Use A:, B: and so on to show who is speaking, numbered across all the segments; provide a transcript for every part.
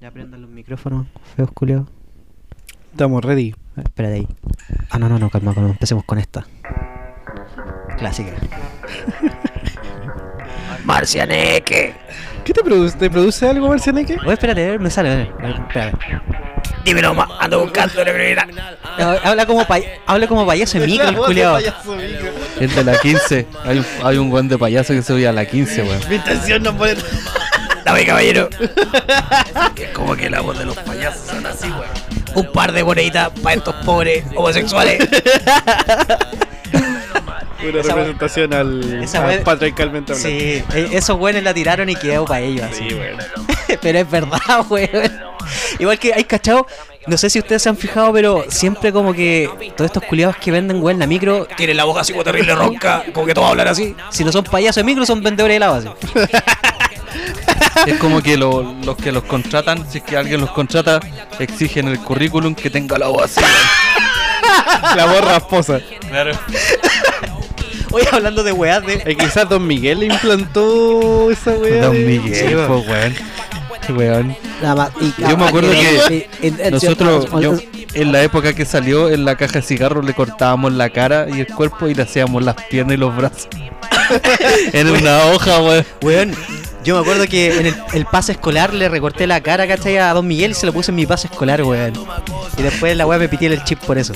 A: Ya prendan los micrófonos, feos culeos.
B: Estamos ready.
A: Eh, Espérate ahí. Ah, no, no, no, calma, calma. Empecemos con esta. Clásica. Marcianeque.
B: ¿Qué te produce? ¿Te produce algo, Marcianeque?
A: Oye, espérate, a ver, me sale. a ver, a ver, espérate. Dímelo, ma, ando buscando la primera. Ah, Habla como, pay- habla como payaso en micro, el culeado.
C: El de la 15. Hay un, hay un buen de payaso que subía a la 15, weón.
B: Mi intención no puede.
A: Dame, caballero. como que la voz de los payasos son así, weón. Un par de moneditas para estos pobres homosexuales.
B: Una
A: Esa
B: representación al,
A: esa wea-
B: al patriarcalmente hablando.
A: Sí, eh, esos güeyes la tiraron y quedó para ellos. así.
B: Sí, bueno.
A: pero es verdad, weón. Igual que hay cachado, no sé si ustedes se han fijado, pero siempre como que todos estos culiados que venden, weón, en la micro tienen la boca así como terrible ronca, como que todos hablan así. Si no son payasos de micro, son vendedores de helado así.
C: Es como que lo- los que los contratan, si es que alguien los contrata, exigen el currículum que tenga la voz así.
B: La voz rasposa.
C: Claro.
A: Oye, hablando de weas de.
B: Eh, quizás Don Miguel le implantó esa wea.
C: Don
B: de- Sí,
C: Miguel,
B: weón.
C: po, weón. Qué weón.
A: Nada más, y-
C: Yo me acuerdo que
A: y- y- y-
C: Nosotros, yo, en la época que salió, en la caja de cigarros le cortábamos la cara y el cuerpo y le hacíamos las piernas y los brazos. Era una hoja, weón.
A: Weón, yo me acuerdo que en el, el pase escolar le recorté la cara, ¿cachai? A Don Miguel y se lo puse en mi pase escolar, weón. Y después la wea me pitié el chip por eso.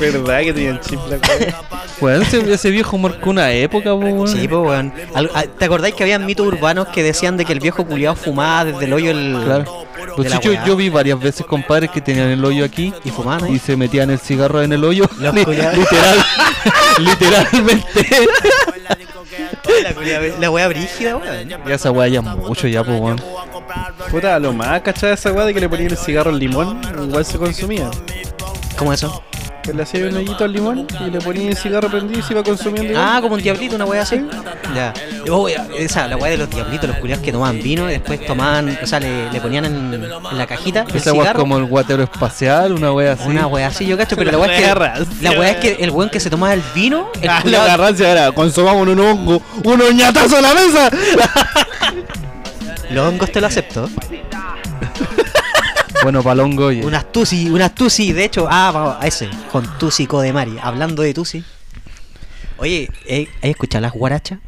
B: Verdad que tenían chip la wea.
C: Weón, ese, ese viejo marcó una época, po, weón.
A: Sí, po, weón. Al- a- ¿Te acordáis que había mitos urbanos que decían de que el viejo culiado fumaba desde el hoyo el.
C: Claro.
A: de
C: Pues sí,
A: la
C: yo,
A: weá?
C: yo vi varias veces compadres que tenían el hoyo aquí
A: Y fumaban ahí.
C: y se metían el cigarro en el hoyo.
A: Los
C: Li-
A: culiados.
C: literal, literalmente.
A: La culiá- La wea brígida, weón.
C: Ya esa weá ya mucho ya, pues weón.
B: Puta, lo más cachada esa wea de que le ponían el cigarro al limón, igual se consumía.
A: ¿Cómo eso?
B: Que le hacía un hoyito al limón y le ponían el cigarro prendido y se iba consumiendo. igual.
A: Ah, como un diablito, una wea así. Ya. Oh, ya, esa, la wea de los diablitos, los culiados que tomaban vino y después tomaban, o sea, le, le ponían en, en la cajita. el
C: Esa weá es
A: cigarro.
C: como el guatero espacial, una weá así.
A: Una weá así, yo cacho, pero la
B: Una
A: weá es
B: wea
A: que. La weá es que el weón que se tomaba el vino, el
B: Ah, la
A: culiao-
B: garrancia era, consumamos un hongo, un oñatazo a la mesa.
A: los hongos te lo acepto.
C: Bueno, palongo, oye.
A: Unas tusi, unas tusi, de hecho, ah, vamos, a ese, con tusi Codemari, hablando de tusi. Oye, ¿eh, ¿hay escuchado las guarachas?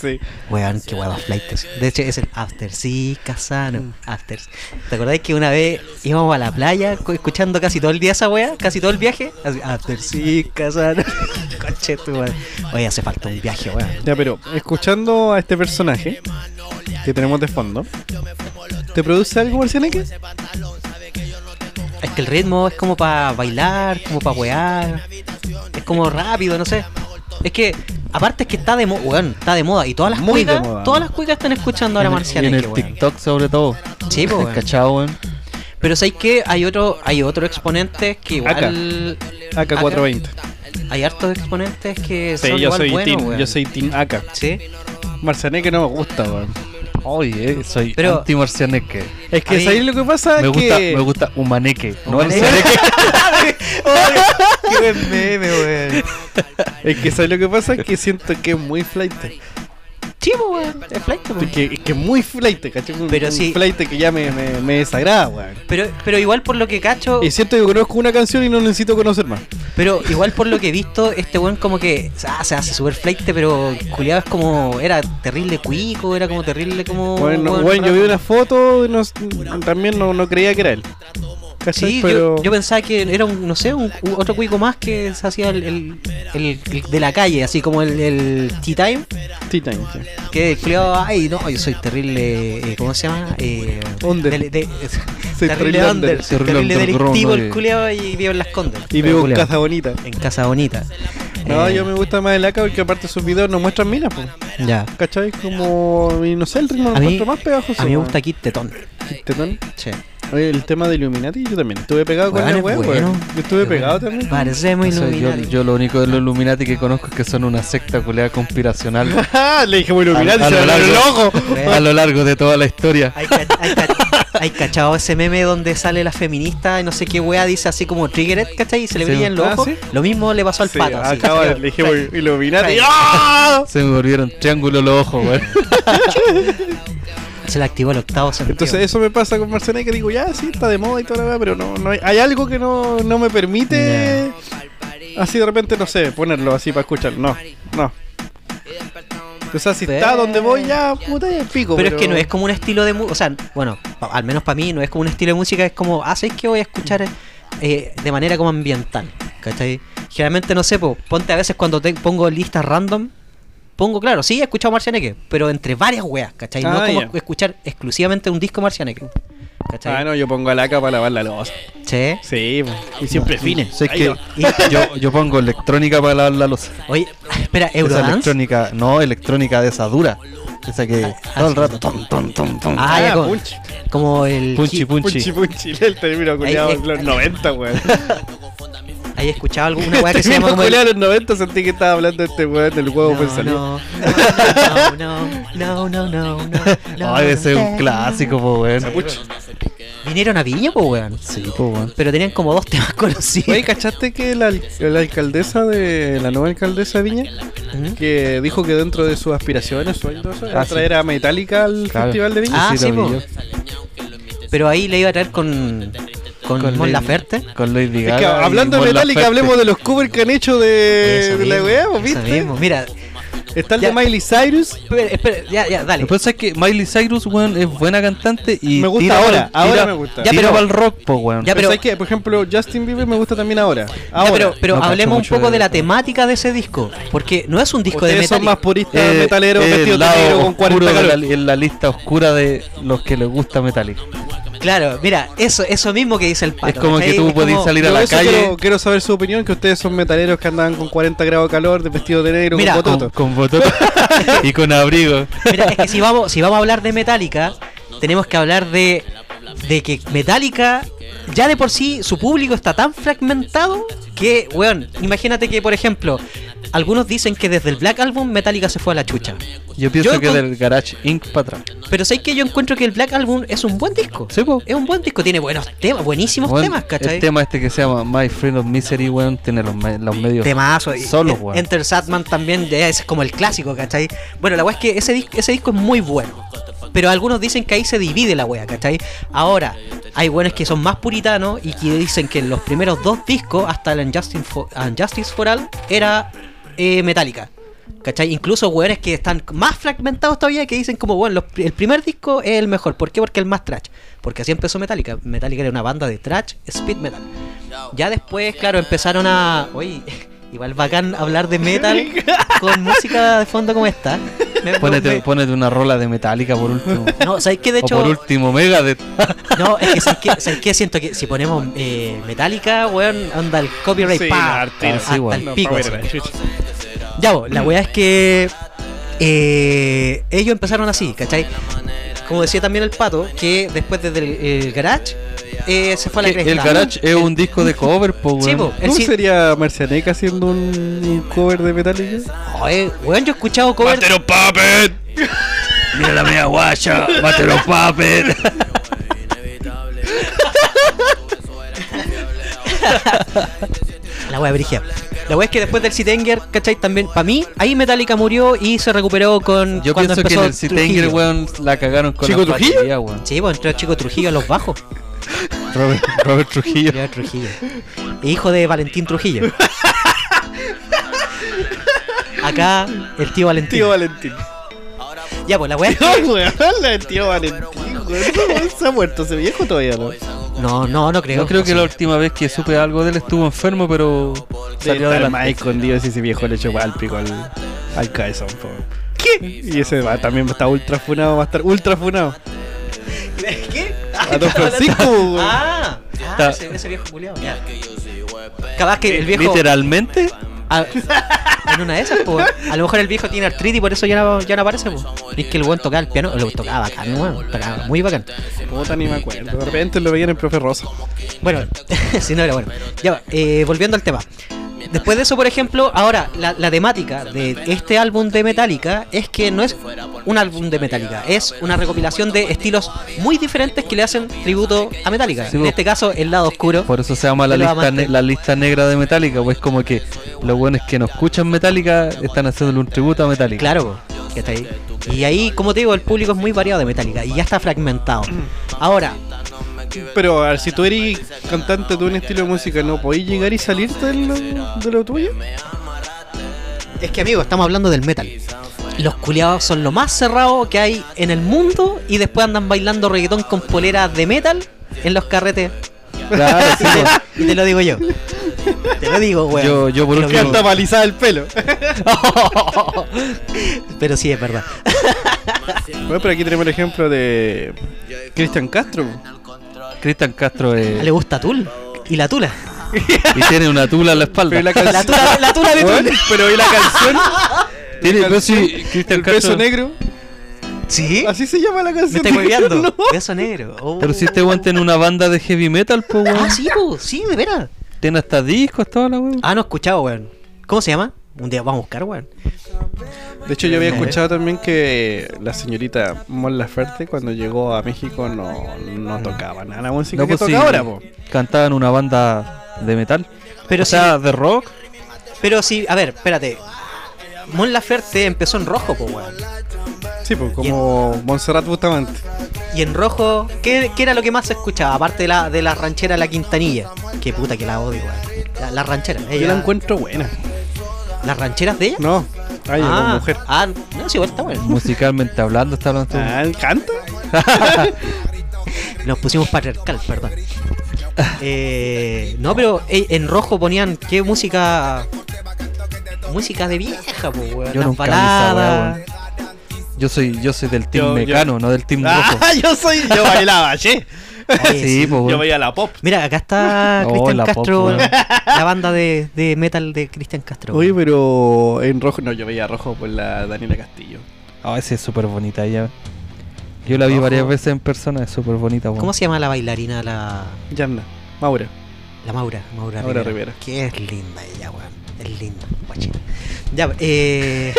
B: sí.
A: Weón, qué hueva flightes. De hecho, es el After Sí,
B: Mm.
A: Casano, After. ¿Te acordáis que una vez íbamos a la playa co- escuchando casi todo el día esa wea? Casi todo el viaje. Así, after Sí, Casano. Conche tu madre. Oye, hace falta un viaje, weón.
B: Ya, pero escuchando a este personaje que tenemos de fondo, ¿te produce algo, Marcianeque?
A: Es que el ritmo es como para bailar, como para wear. Es como rápido, no sé. Es que, aparte es que está de moda, weón, está de moda. Y todas las
B: Muy de
A: cuicas,
B: moda.
A: todas las cuicas están escuchando ahora
C: En el- y en
A: Marcianeque,
C: el
A: weón.
C: TikTok sobre todo.
A: Sí, po, weón.
C: Cachado, weón.
A: Pero ¿sabéis que hay otro, hay otro exponente que igual.
B: AK420.
A: Hay hartos exponentes que
B: Sí,
A: son
B: yo
A: igual
B: soy,
A: buenos,
B: team,
A: weón.
B: yo soy Team AK.
A: Sí.
B: Marcianeque no me gusta, weón.
C: Oye, soy
A: Pero-
C: anti-marcianeque.
B: Es
A: A
B: que,
A: mí-
B: ¿sabéis lo que pasa?
C: Me gusta,
B: que...
C: me gusta humaneque. No
A: Humaneque.
C: marcianeque.
A: Qué buen meme, weón.
B: Es que, ¿sabéis lo que pasa? Que siento que es muy flight.
A: Sí, po, weón. Es flight,
B: Es
A: weón.
B: que es que es muy flight, ¿cachai? Un,
A: Pero
B: un
A: sí.
B: flight que ya me, me, me desagrada, weón.
A: Pero, pero igual por lo que cacho.
B: Y siento que conozco una canción y no necesito conocer más.
A: Pero igual por lo que he visto, este weón como que ah, se hace super flight, pero culiado es como. Era terrible cuico, era como terrible como.
B: Bueno,
A: weón,
B: bueno, yo vi
A: raro.
B: una foto y no- también no, no creía que era él. ¿Cachai?
A: Sí,
B: pero...
A: yo, yo pensaba que era un, no sé, un, un- otro cuico más que se hacía el, el- el- el de la calle, así como el, el tea time,
B: T-Time, sí.
A: que el culiao, ay no, yo soy terrible, eh, ¿cómo se llama? Eh,
B: Under.
A: de- de- terrible
B: Soy terrible
A: under,
B: under,
A: soy
C: terrible
A: terrible
C: underground,
A: delictivo el
C: oye.
A: culiao y vivo en las condes.
B: Y vivo en
C: Julián.
B: Casa Bonita.
A: En Casa Bonita.
B: No,
A: Eh,
B: yo me gusta más el AK porque aparte sus videos no muestran minas, pues.
A: Ya.
B: ¿Cachai? Como, y no sé, el ritmo lo
A: A mí,
B: encuentro más pegajoso.
A: a mí me
B: weón.
A: gusta Kid Tetón.
B: Tetón.
A: Sí.
B: Oye, el tema de Illuminati, yo también. Estuve pegado con
A: Weón,
B: la
A: es
B: web,
A: bueno.
B: weón. Yo estuve
A: Es
B: pegado
A: bueno.
B: también.
A: Parecemos
C: No sé, yo,
A: iluminados.
C: yo lo único de los Illuminati que conozco es que son una secta culeada conspiracional.
B: Ah, Le dije, bueno, Illuminati,
C: A- a
B: se
C: lo
B: me abrió el
C: largo.
B: ojo.
C: a lo largo de toda la historia.
A: Hay, ca- hay ca- hay cachado ese meme donde sale la feminista y no sé qué wea dice así como triggered, ¿cachai? Y se le
C: Sí.
A: brillan los
B: Ah,
A: ojos.
B: sí.
A: Lo mismo le pasó al
B: Sí,
A: pato. así.
B: acaba, le dije, bueno, Illuminati.
A: Sí.
B: ¡Ah!
C: Se me volvieron triángulo los ojos, weón.
A: Se le activó el octavo sentido.
B: Entonces eso me pasa con Marcena que digo, ya, sí, está de moda y toda la verdad, pero no, no hay, hay algo que no, no me permite así de repente, no sé, ponerlo así para escuchar. No, no. O sea, si está
A: Pero-
B: donde voy ya, puta, ya es pico.
A: pero, es que no es como un estilo de música, o sea, bueno, pa- al menos para mí no es como un estilo de música, es como, ah, ¿sabes qué voy a escuchar eh, de manera como ambiental? ¿Cachai? Generalmente, no sé, po, ponte a veces cuando te pongo listas random, pongo, claro, sí, he escuchado Marcianeque, pero entre varias weas, ¿cachai? no
B: Ah,
A: como
B: ya.
A: escuchar exclusivamente un disco Marcianeque. ¿Cachai?
B: Ah, no, yo pongo a laca para lavar la losa.
A: Sí.
B: Sí, po. y siempre fines.
C: Sé
B: Ahí
C: que
B: va.
A: Y-
C: yo, yo pongo electrónica para lavar la losa.
A: Oye, espera,
C: Esa
A: Eurodance.
C: electrónica, no, electrónica de esa dura. Esa que todo el
A: sí.
C: rato. Tom, tom, tom, tom.
A: Ah, ya,
B: Ah,
A: como,
B: punch.
A: como el.
C: Punchy,
A: hip-
B: Punchi,
C: punchy.
B: punchi, el término culiado
A: Ahí,
B: en los
A: eh,
B: 90, weón.
A: ¿Hay escuchado alguna wea
B: El
A: que se llama
B: término
A: como el-
B: culiado en los 90 sentí que estaba hablando este weón del huevo
A: No,
B: pensando.
A: no, no, no, no, no, no, no, no,
C: Ay, ese es
A: no.
C: un clásico, po, weón.
A: Vinieron a Viña, po, weón.
C: Sí, po, weón.
A: Pero tenían como dos temas
B: Oye,
A: conocidos.
B: ¿cachaste que la, al- la alcaldesa de la nueva alcaldesa de Viña
A: ¿Mm?
B: que dijo que dentro de sus aspiraciones, sueños, todo eso, era
C: Ah, sí.
B: traer a Metallica al
C: Claro.
B: festival de Viña?
A: Ah, sí,
C: lo
A: po.
C: vi
A: Pero ahí le iba a traer con. con,
C: Con
A: Mon
C: Lady-
A: Laferte.
C: yo. Con Lady
B: Es
C: Gaga.
B: que hablando
C: y
B: de
C: Mon
B: Metallica,
C: Laferte.
B: hablemos de los covers que han hecho de,
C: Eh,
A: Eso
B: de la
A: mismo,
B: weá, po,
A: eso
B: ¿viste?
A: mismo. Mira,
B: Está el
A: Ya.
B: de Miley Cyrus.
A: espera, espera, ya, ya, dale.
C: Lo que pasa es que Miley Cyrus, weón, es buena cantante y.
B: Me gusta
C: tira
B: ahora,
C: pa'l-
B: ahora
C: tira-
B: me gusta.
C: Ya,
A: Ya,
C: pero
A: pero-
C: el rock, po, weón.
A: Ya,
B: pero
A: pero-
B: ¿sabes qué? por ejemplo, Justin Bieber me gusta también ahora.
A: Ya,
B: ahora.
A: pero pero
C: No cacho
A: hablemos un
C: mucho
A: poco
C: de-
A: de la temática de ese disco. Porque no es un disco
B: Ustedes
A: de
B: son más
A: metal.
B: puristas
C: Eh,
B: metaleros
C: el
B: vestidos de
C: lado
B: negro con
C: oscuro
B: 40
C: de la-
B: calor.
C: En la lista oscura de los que les gusta Metallica.
A: Claro, mira, eso eso mismo que dice el pato.
C: es como que
A: ¿cachai?
C: tú
A: Es
C: podés
A: como-
C: salir a
B: Yo
C: la
B: eso
C: calle.
B: Quiero, quiero saber su opinión, que ustedes son metaleros que andaban con 40 grados de calor, de vestido de negro,
A: Mira,
B: con bototo.
C: Con, con bototo y con abrigo.
A: Mira, es que si vamos, si vamos a hablar de Metallica, tenemos que hablar de, de que Metallica, ya de por sí, su público está tan fragmentado que, weón, imagínate que, por ejemplo, algunos dicen que desde el Black Album Metallica se fue a la chucha.
C: Yo pienso
A: Yo
C: que
A: con-
C: del Garage Inc. para atrás.
A: Pero sé que yo encuentro que el Black Album es un buen disco.
C: Sí, po.
A: Es un buen disco, tiene buenos temas, buenísimos
C: Weón,
A: temas, ¿cachai?
C: El tema este que se llama My Friend of Misery, weón, tiene los, me- los medios.
A: Temazo. y-
C: Solo,
A: en-
C: weón.
A: Enter Satman también, ya ese es como el clásico, ¿cachai? Bueno, la weá es que ese, dis- ese disco es muy bueno. Pero algunos dicen que ahí se divide la weá, ¿cachai? Ahora, hay buenos que son más puritanos y que dicen que en los primeros dos discos, hasta el Unjustice for, Unjustice for All, era eh, Metallica. ¿Cachai? Incluso weones que están más fragmentados todavía que dicen como, bueno, los pri- el primer disco es el mejor. ¿Por qué? Porque el más trash. Porque así empezó Metallica. Metallica era una banda de trash, speed metal. Ya después, claro, empezaron a... Oye, igual bacán hablar de metal con música de fondo como esta. Me-
C: Pónete,
A: me-
C: pónete una rola de Metallica por último.
A: no, ¿sabes qué? De
C: o
A: hecho...
C: por último, Megadeth.
A: No, es que ¿sabes qué? ¿Sabes qué? Siento que si ponemos eh, Metallica, weón, anda el copyright
B: Sí,
A: pa,
B: no, tira,
A: hasta
C: sí, weón.
A: el
B: No,
A: pico.
B: pa'
A: así.
B: ver, chucha.
A: Ya, bo, la weá es que eh, ellos empezaron así, ¿cachai? Como decía también el pato, que después desde el, el garage eh, se fue a la
C: Que
A: cresta.
C: El Garage es un disco de cover, po, weón.
A: Sí, po.
B: ¿Cómo
A: sí-
B: sería Marcianeca haciendo un, un cover de Metallica?
A: Oh, eh, weón, yo he escuchado cover.
C: Puppet! ¡Mira la mía guacha! ¡Matero Puppet!
A: La wea brigia. La wea es que después del Sitenger, ¿cachai? También, para mí, ahí Metallica murió y se recuperó con.
C: Yo
A: cuando
C: pienso que en
A: empezó
C: el Sitanger,
A: Trujillo.
C: weón, la cagaron con
B: ¿Chico
C: la
B: Trujillo?
C: batería, weón.
A: Sí, pues entró el chico Trujillo a los bajos.
C: Robert, Robert Trujillo.
A: Leonardo Trujillo. Hijo de Valentín Trujillo. Acá, el tío Valentín.
B: Tío Valentín.
A: ya, pues la weá. es
B: No,
A: que-
B: weón, la del tío Valentín, weón. Ese weón Se ha muerto ese viejo todavía, ¿no?
A: No, no, no creo.
C: Yo creo que la última vez que supe algo de él estuvo enfermo, pero salió
B: Salió
C: adelante.
B: más escondido si ese viejo le echó al pico al, al cabezón, po. ¿Qué? Y ese va, también está ultra funado, va a estar ultra funado.
A: ¿Qué?
B: A Don Francisco, weón.
A: Ah, ah
C: Ta-
A: ese, ese viejo culiado. Ya. Capaz que el viejo.
C: Literalmente,
A: a- Ah, en una de esas, pues. A lo mejor el viejo tiene artritis y por eso ya no, ya no aparece, pues. Y es que el buen tocaba el piano. Lo tocaba bacán, weón. Tocaba muy bacán.
B: Puta, ni me acuerdo. De repente lo veían en Profe Rosa.
A: Bueno, si no era bueno. Ya, va, eh, volviendo al tema. Después de eso, por ejemplo, ahora la, la temática de este álbum de Metallica es que no es un álbum de Metallica, es una recopilación de estilos muy diferentes que le hacen tributo a Metallica.
C: Sí,
A: en
C: vos.
A: este caso, el lado oscuro.
C: por eso se llama la
A: Te lo
C: lista,
A: amaste.
C: ne- la lista negra de Metallica, pues como que los buenos que no escuchan Metallica están haciéndole un tributo a Metallica.
A: Claro, po. ¿cachai? Y ahí, como te digo, el público es muy variado de Metallica y ya está fragmentado. Ahora,
B: Pero a ver, si tú eres cantante de un estilo de música, ¿no podéis llegar y salirte de lo, de lo tuyo?
A: es que amigo, estamos hablando del metal. Los culiados son lo más cerrado que hay en el mundo y después andan bailando reggaetón con poleras de metal en los carretes.
C: Claro, sí, pues.
A: Y te lo digo yo. Te lo digo, weón.
C: Yo- yo por
A: Te lo
B: Que
C: último-
A: digo.
B: anda palizada el pelo.
A: Pero sí, es verdad.
B: Bueno, pero aquí tenemos el ejemplo de Cristian Castro.
C: Cristian Castro eh,
A: Ah, Le gusta Tul. Y la tula.
C: y tiene una tula en la espalda.
B: Pero la
A: La
B: canción.
A: tula, la tula de
B: Bueno,
A: Tul.
B: pero y la canción.
C: Tiene,
B: La
C: pero sí,
B: canción,
C: Cristian
B: el beso
C: Castro-
B: negro.
A: ¿Sí?
B: Así se llama la
A: Me
B: canción.
A: estoy hueveando.
B: No.
A: Beso negro. Oh.
C: Pero si este weón tiene una banda de heavy metal, po,
A: Ah,
C: weón.
A: sí, po. sí, de veras.
C: Tiene hasta discos, toda la weón.
A: Ah, no he escuchado, weón. ¿Cómo se llama? Un día vamos a buscar, weón.
B: De hecho,
C: Eh.
B: yo había escuchado también que la señorita Mon Laferte, cuando llegó a México, no, no tocaba nada la música que
C: pues
B: toca
C: sí,
B: ahora, po.
C: Cantaban una banda de metal.
A: Pero
C: o sea, de rock.
A: Pero sí, a ver, espérate. Mon Laferte empezó en rojo, po, weón.
B: Sí, pues como Montserrat Bustamante.
A: Y en rojo, ¿qué, qué era lo que más se escuchaba? Aparte de la, de la ranchera La Quintanilla. Qué puta que la odio, weón. La, la ranchera.
B: Yo
A: ella-
B: la encuentro buena.
A: ¿Las rancheras de ella?
B: No, ay,
A: ah,
B: una mujer.
A: Ah, no, sí, igual está bueno.
C: Musicalmente hablando, está hablando. tú.
B: Ah, canta.
A: Nos pusimos patriarcal, perdón. Eh, no, pero eh, en rojo ponían qué música. Música de vieja, pues, weón.
C: Yo
A: Las
C: nunca vi esa weá,
A: baladas.
C: weón. Yo soy, yo soy del team
B: Yo- yo-
C: mecano, no del team rojo.
B: Ah, yo soy. Yo bailaba, che.
A: Oye,
C: Sí, po,
B: Yo
C: weón.
B: veía la pop.
A: Mira, acá está
C: Oh,
A: Cristian
C: la pop,
A: Castro,
C: weón.
A: la banda de, de metal de Cristian Castro.
B: Oye,
A: weón.
B: pero en rojo. No, yo veía rojo por la Daniela Castillo.
C: Ah, esa es súper bonita ella. Yo la vi
B: Ojo.
C: varias veces en persona, es súper bonita, weón.
A: ¿Cómo se llama la bailarina, la,
B: Yanna, Maura.
A: la Maura? Maura,
B: Maura Rivera.
A: Que es linda ella, weón. Es linda, guachita. Ya, eh.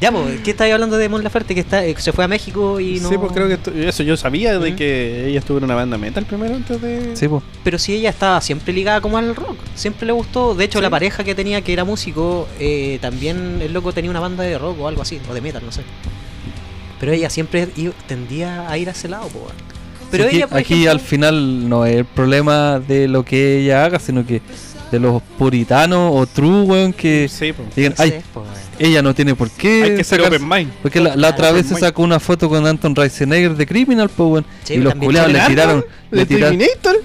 A: ya, pues, ¿qué estáis hablando de Mon Laferte? Que está, eh, se fue a México y no.
B: Sí, pues creo que esto- eso yo sabía de
A: Ujú.
B: que ella estuvo en una banda metal primero antes de.
C: Sí, pues. po.
A: Pero sí, ella estaba siempre ligada como al rock. Siempre le gustó. De hecho, la pareja que tenía, que era músico, eh, también el loco tenía una banda de rock o algo así, o de metal, no sé. Pero ella siempre i- tendía a ir a ese lado, po, weón. Pero
C: aquí,
A: ella, por
C: aquí
A: ejemplo-
C: al final no es el problema de lo que ella haga, sino que de los puritanos o true, weón, que
B: Sí, pues.
C: digan,
A: Sí,
C: ay,
A: po, weón.
C: ella no tiene por qué.
B: Hay que ser
C: sacarse".
B: open mind.
C: Porque la, la otra
B: Open
C: vez se
B: mind.
C: sacó una foto con Anton Reisenegger de Criminal, po, weón.
A: Sí,
C: y los
A: también.
C: culeados le
B: ¿El
C: tiraron.
B: Arnold?
C: Le
B: ¿El
C: tiraron.
B: Terminator?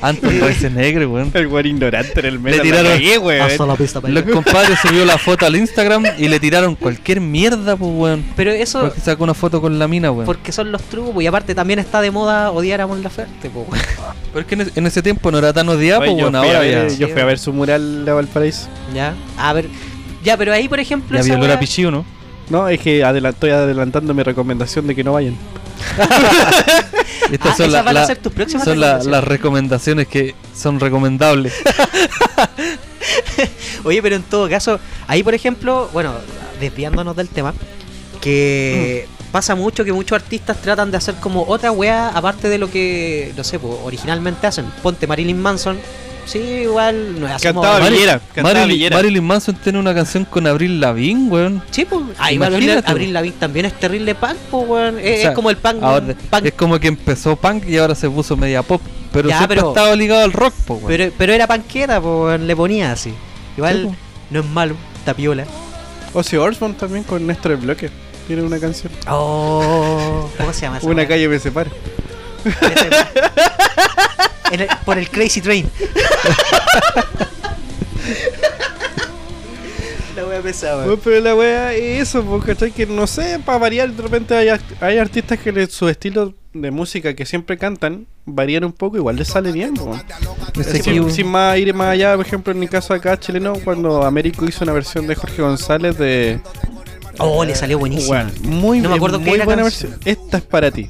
C: Anton Reisenegger, weón.
B: El güey ignorante en el metal.
C: tiraron-
B: la cagué, güey.
A: Hasta la pista,
C: Los
A: baby.
C: compadres subió la foto al Instagram y le tiraron cualquier mierda, pues weón.
A: Pero eso
C: Porque sacó una foto con la mina, weón.
A: porque son los trucos, po, y aparte también está de moda odiar a Mon Laferte, po, weón.
C: Pero es que en, es- en ese tiempo no era tan odiada,
B: Oye,
C: pues
B: yo,
C: weón.
B: fui a
C: Ahora ya,
B: ver, yo fui a ver su mural de Valparaíso.
A: Ya, a ver. Ya, pero ahí, por ejemplo.
C: ya
A: esa
C: violó la
A: weá-
C: pichiu, ¿no?
B: No, es que adela- estoy adelantando mi recomendación de que no vayan.
A: Ah, esas van a ser tus próximas
C: son la-
A: recomendaciones.
C: las recomendaciones que son recomendables.
A: Oye, pero en todo caso, ahí por ejemplo, bueno, desviándonos del tema, que
C: Mm.
A: pasa mucho que muchos artistas tratan de hacer como otra weá aparte de lo que, no sé, po, originalmente hacen. Ponte Marilyn Manson. Sí, igual no es así.
B: Cantaba
A: Marilyn.
B: Villera, cantaba
C: Marilyn,
B: Villera.
C: Marilyn Manson tiene una canción con Abril Lavigne, weón.
A: Sí, pues. Ahí
C: Imagínate,
A: Abril,
C: po.
A: Abril Lavigne también es terrible punk, po, weón. Es,
C: O sea,
A: es como el punk.
C: ahora-
A: punk.
C: Es como que empezó punk y ahora se puso media pop. Pero
A: Ya,
C: siempre
A: pero-
C: ha estado ligado al rock, pues weón.
A: pero, pero era panqueta, po, weón, le ponía así.
C: Sí,
A: Igual
C: po.
A: no es malo, tapiola.
B: Ozzy Osbourne también con Néstor el Bloque. Tiene una canción.
A: Oh, ¿cómo se llama esa
B: Una
A: weá? Este
B: calle me separa.
A: En el- por el Crazy Train. La wea pesada.
B: Bueno, pero la wea es eso, pues, ¿cachai? Que no sé, para variar, de repente hay, act- hay artistas que le- su estilo de música que siempre cantan varían un poco, igual les sale bien, pues.
C: Ese
B: Sin,
C: que-
B: sin más ir más allá, por ejemplo, en mi caso acá chileno, cuando Américo hizo una versión de Jorge González de.
A: Oh, le salió buenísimo.
B: Bueno, muy,
A: No me acuerdo qué
B: muy
A: era
B: buena
A: canción.
B: versión. Esta es para ti.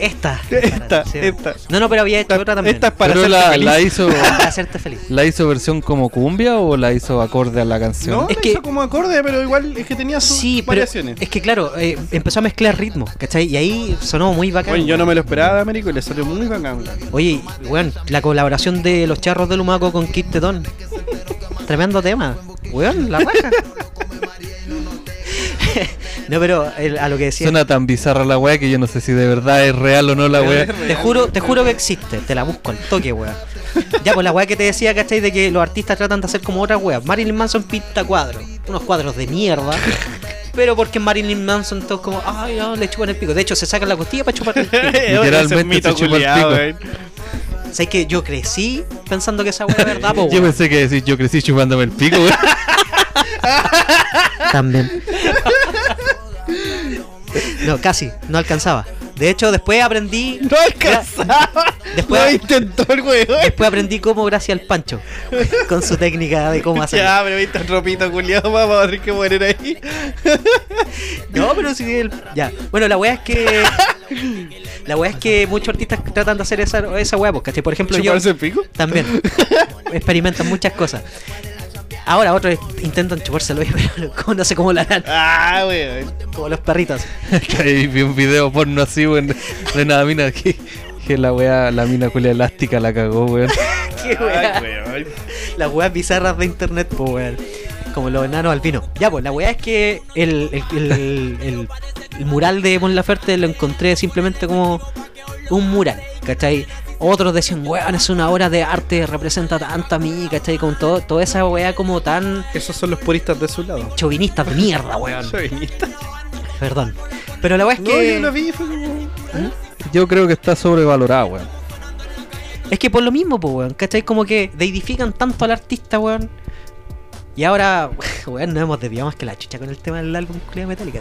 A: Esta.
B: Esta,
A: sí.
B: esta.
A: No, no, pero había hecho
B: Esta,
A: otra también.
B: esta es para
C: pero
B: hacerte
C: la,
B: feliz.
C: la hizo
A: Para hacerte feliz.
C: la hizo versión como cumbia o la hizo acorde a la canción.
B: No,
A: Es
B: la
A: que-
B: hizo como acorde, pero igual es que tenía sus
A: Sí, pero
B: variaciones.
A: es que claro, eh, empezó a mezclar ritmos, ¿cachai? Y ahí sonó muy bacán.
B: Bueno, yo no me lo esperaba de Américo y le salió muy bacán.
A: Oye, weón, la colaboración de los charros del Humaco con Kid Tetón. Tremendo tema. Weón, la raja. No, pero el- a lo que decía.
C: Suena tan bizarra la weá que yo no sé si de verdad es real o no la weá.
A: Te juro, te juro que existe, te la busco al toque, weón. Ya, pues la weá que te decía, ¿cachai? De que los artistas tratan de hacer como otras weas. Marilyn Manson pinta cuadros, unos cuadros de mierda. Pero porque Marilyn Manson todos como, ay, no, le chupan el pico. De hecho, se sacan la costilla para chupar el pico.
B: Ese es un mito
C: se chupa el
B: culiao,
C: pico.
B: weón.
A: ¿Sabes que yo crecí pensando que esa weá era verdad, po,
C: Yo
A: weón?
C: pensé que decir, yo crecí chupándome el pico, weón.
A: También. No, casi, no alcanzaba. De hecho, después aprendí,
B: No alcanzaba.
A: Después-
B: Lo intentó el weón.
A: después aprendí cómo gracias al Pancho, con su técnica de cómo hacer.
B: Ya, pero viste el ropito culiado, vamos a tener que morir ahí.
A: No, pero si el... Ya. Bueno, la weá es que. La weá es que muchos artistas tratan de hacer esa, esa weá, pues, ¿cachai? Por ejemplo, yo
B: ¿Chuparse el pico?
A: también experimentan muchas cosas. Ahora otros intentan chupárselo, pero como- no sé cómo la harán,
B: Ah, weón.
A: como los perritos.
C: Ahí vi un video porno así, weón, de una mina que, que la weá, la mina culia elástica la cagó, weón.
A: Qué
B: Ay,
A: weá.
B: weón.
A: Las weas bizarras de internet, pues weón. Como los enanos alpinos. Ya, pues la weá es que el, el, el, el- el mural de Mon Laferte lo encontré simplemente como un mural, ¿cachai? Otros decían, weón, es una obra de arte, representa tanto a mí, ¿cachai? Con todo, toda esa weá como tan
B: Esos son los puristas de su lado.
A: chauvinista de mierda, weón.
B: Chauvinista.
A: Perdón. Pero la weá es
B: No, yo
A: que.
B: lo vi, y fue como.
C: Yo creo que está sobrevalorado, weón.
A: Es que por lo mismo, pues, weón, ¿cachai? Como que deidifican tanto al artista, weón. Y ahora, weón, nos hemos desviado más que la chucha con el tema del álbum Culeado Metallica.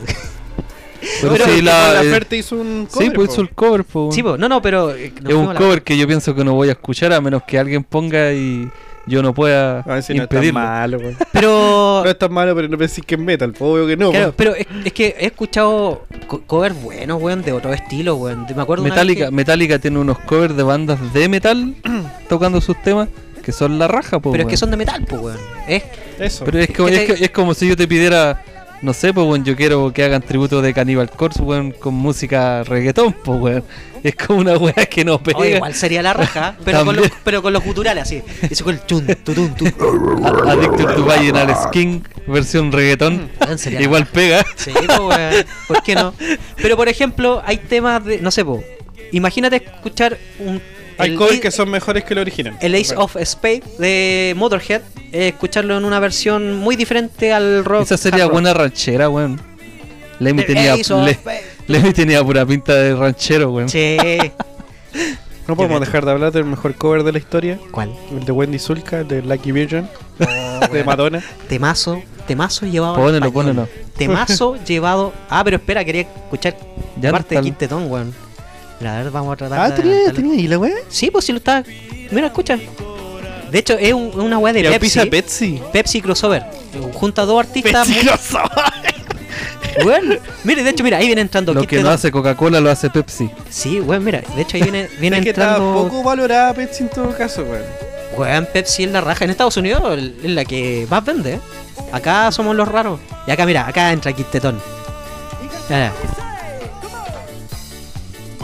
C: Pero,
B: Pero
C: sí,
B: Mon
C: la, eh,
B: Laferte hizo un cover,
C: sí, pues
B: po.
C: hizo el cover, po, weón.
A: Sí, po, no, no, pero. eh, nos
C: es un
A: fuimos a la-
C: cover que yo pienso que no voy a escuchar a menos que alguien ponga y yo no pueda
B: A ver si no es tan
C: impedirlo.
B: malo, weón.
A: Pero.
B: No es tan malo, pero no pensé que es metal, po, obvio que no.
A: claro,
B: po.
A: pero es, es que he escuchado co- covers buenos, weón, de otro estilo, weón. De- Me acuerdo. una vez
C: Metallica,
A: que-
C: Metallica tiene unos covers de bandas de metal tocando sus temas que son la raja, po,
A: Pero es
C: weón.
A: que Este- son de metal, pues, weón. Es,
B: Eso.
C: Pero es, como,
A: ¿Qué
C: es,
A: te-
C: que- es como si yo te pidiera, no sé, pues weón, yo quiero que hagan tributo de Cannibal Corpse, weón, con música reggaetón, pues weón. Es como una weá que no pega.
A: o igual sería la raja, pero, con los,
C: También.
A: pero con los guturales así. Eso con el chun, tutun, tun.
C: A- Addicted to Vaginal Skin, versión reggaetón.
A: Weón, sería la
C: Igual pega.
A: Sí, po, weón. ¿Por qué no? Pero por ejemplo, hay temas de. No sé, po. Imagínate escuchar un.
B: Hay
A: el
B: covers
A: i-
B: que son mejores que el original.
A: El Ace
B: Bueno.
A: of Spades de Motorhead, eh, escucharlo en una versión muy diferente al rock.
C: Esa
A: hard
C: sería
A: rock.
C: buena ranchera, weón. Lemmy tenía,
A: Ace of
C: le-
A: Spades.
C: Lemmy tenía pura pinta de ranchero, weón.
A: Che.
B: No podemos dejar de hablar del mejor cover de la historia.
A: ¿Cuál?
B: El de Wendy Zulka, de Lucky Virgin, de Madonna.
A: Temazo, temazo llevado. al
C: Pónelo,
A: español.
C: pónelo.
A: Temazo llevado. Ah, pero espera, quería escuchar
C: Ya
A: parte
C: tal-
A: de Quintetón, weón. Mira, a ver, vamos a tratar
B: Ah,
A: de.
B: tenía,
A: adelantarlo.
B: tenía ahí la weá.
A: Sí, pues si lo está. Mira, escucha. De hecho, es un- una weá de
B: La
A: Pepsi.
B: pizza Pepsi.
A: Pepsi crossover. Junta a dos artistas.
B: Pepsi lo sabe.
A: Weón, mire, de hecho, mira, ahí viene entrando.
C: Lo
A: Kid
C: que no
A: Tedon.
C: hace Coca-Cola lo hace Pepsi.
A: Sí, weón, mira, de hecho ahí viene, viene
B: Es que está
A: entrando.
B: poco valorada Pepsi en todo caso, weón.
A: Weón, Pepsi es la raja. En Estados Unidos es la que más vende. ¿eh? Acá somos los raros. Y acá, mira, acá entra Quintetón. Ya,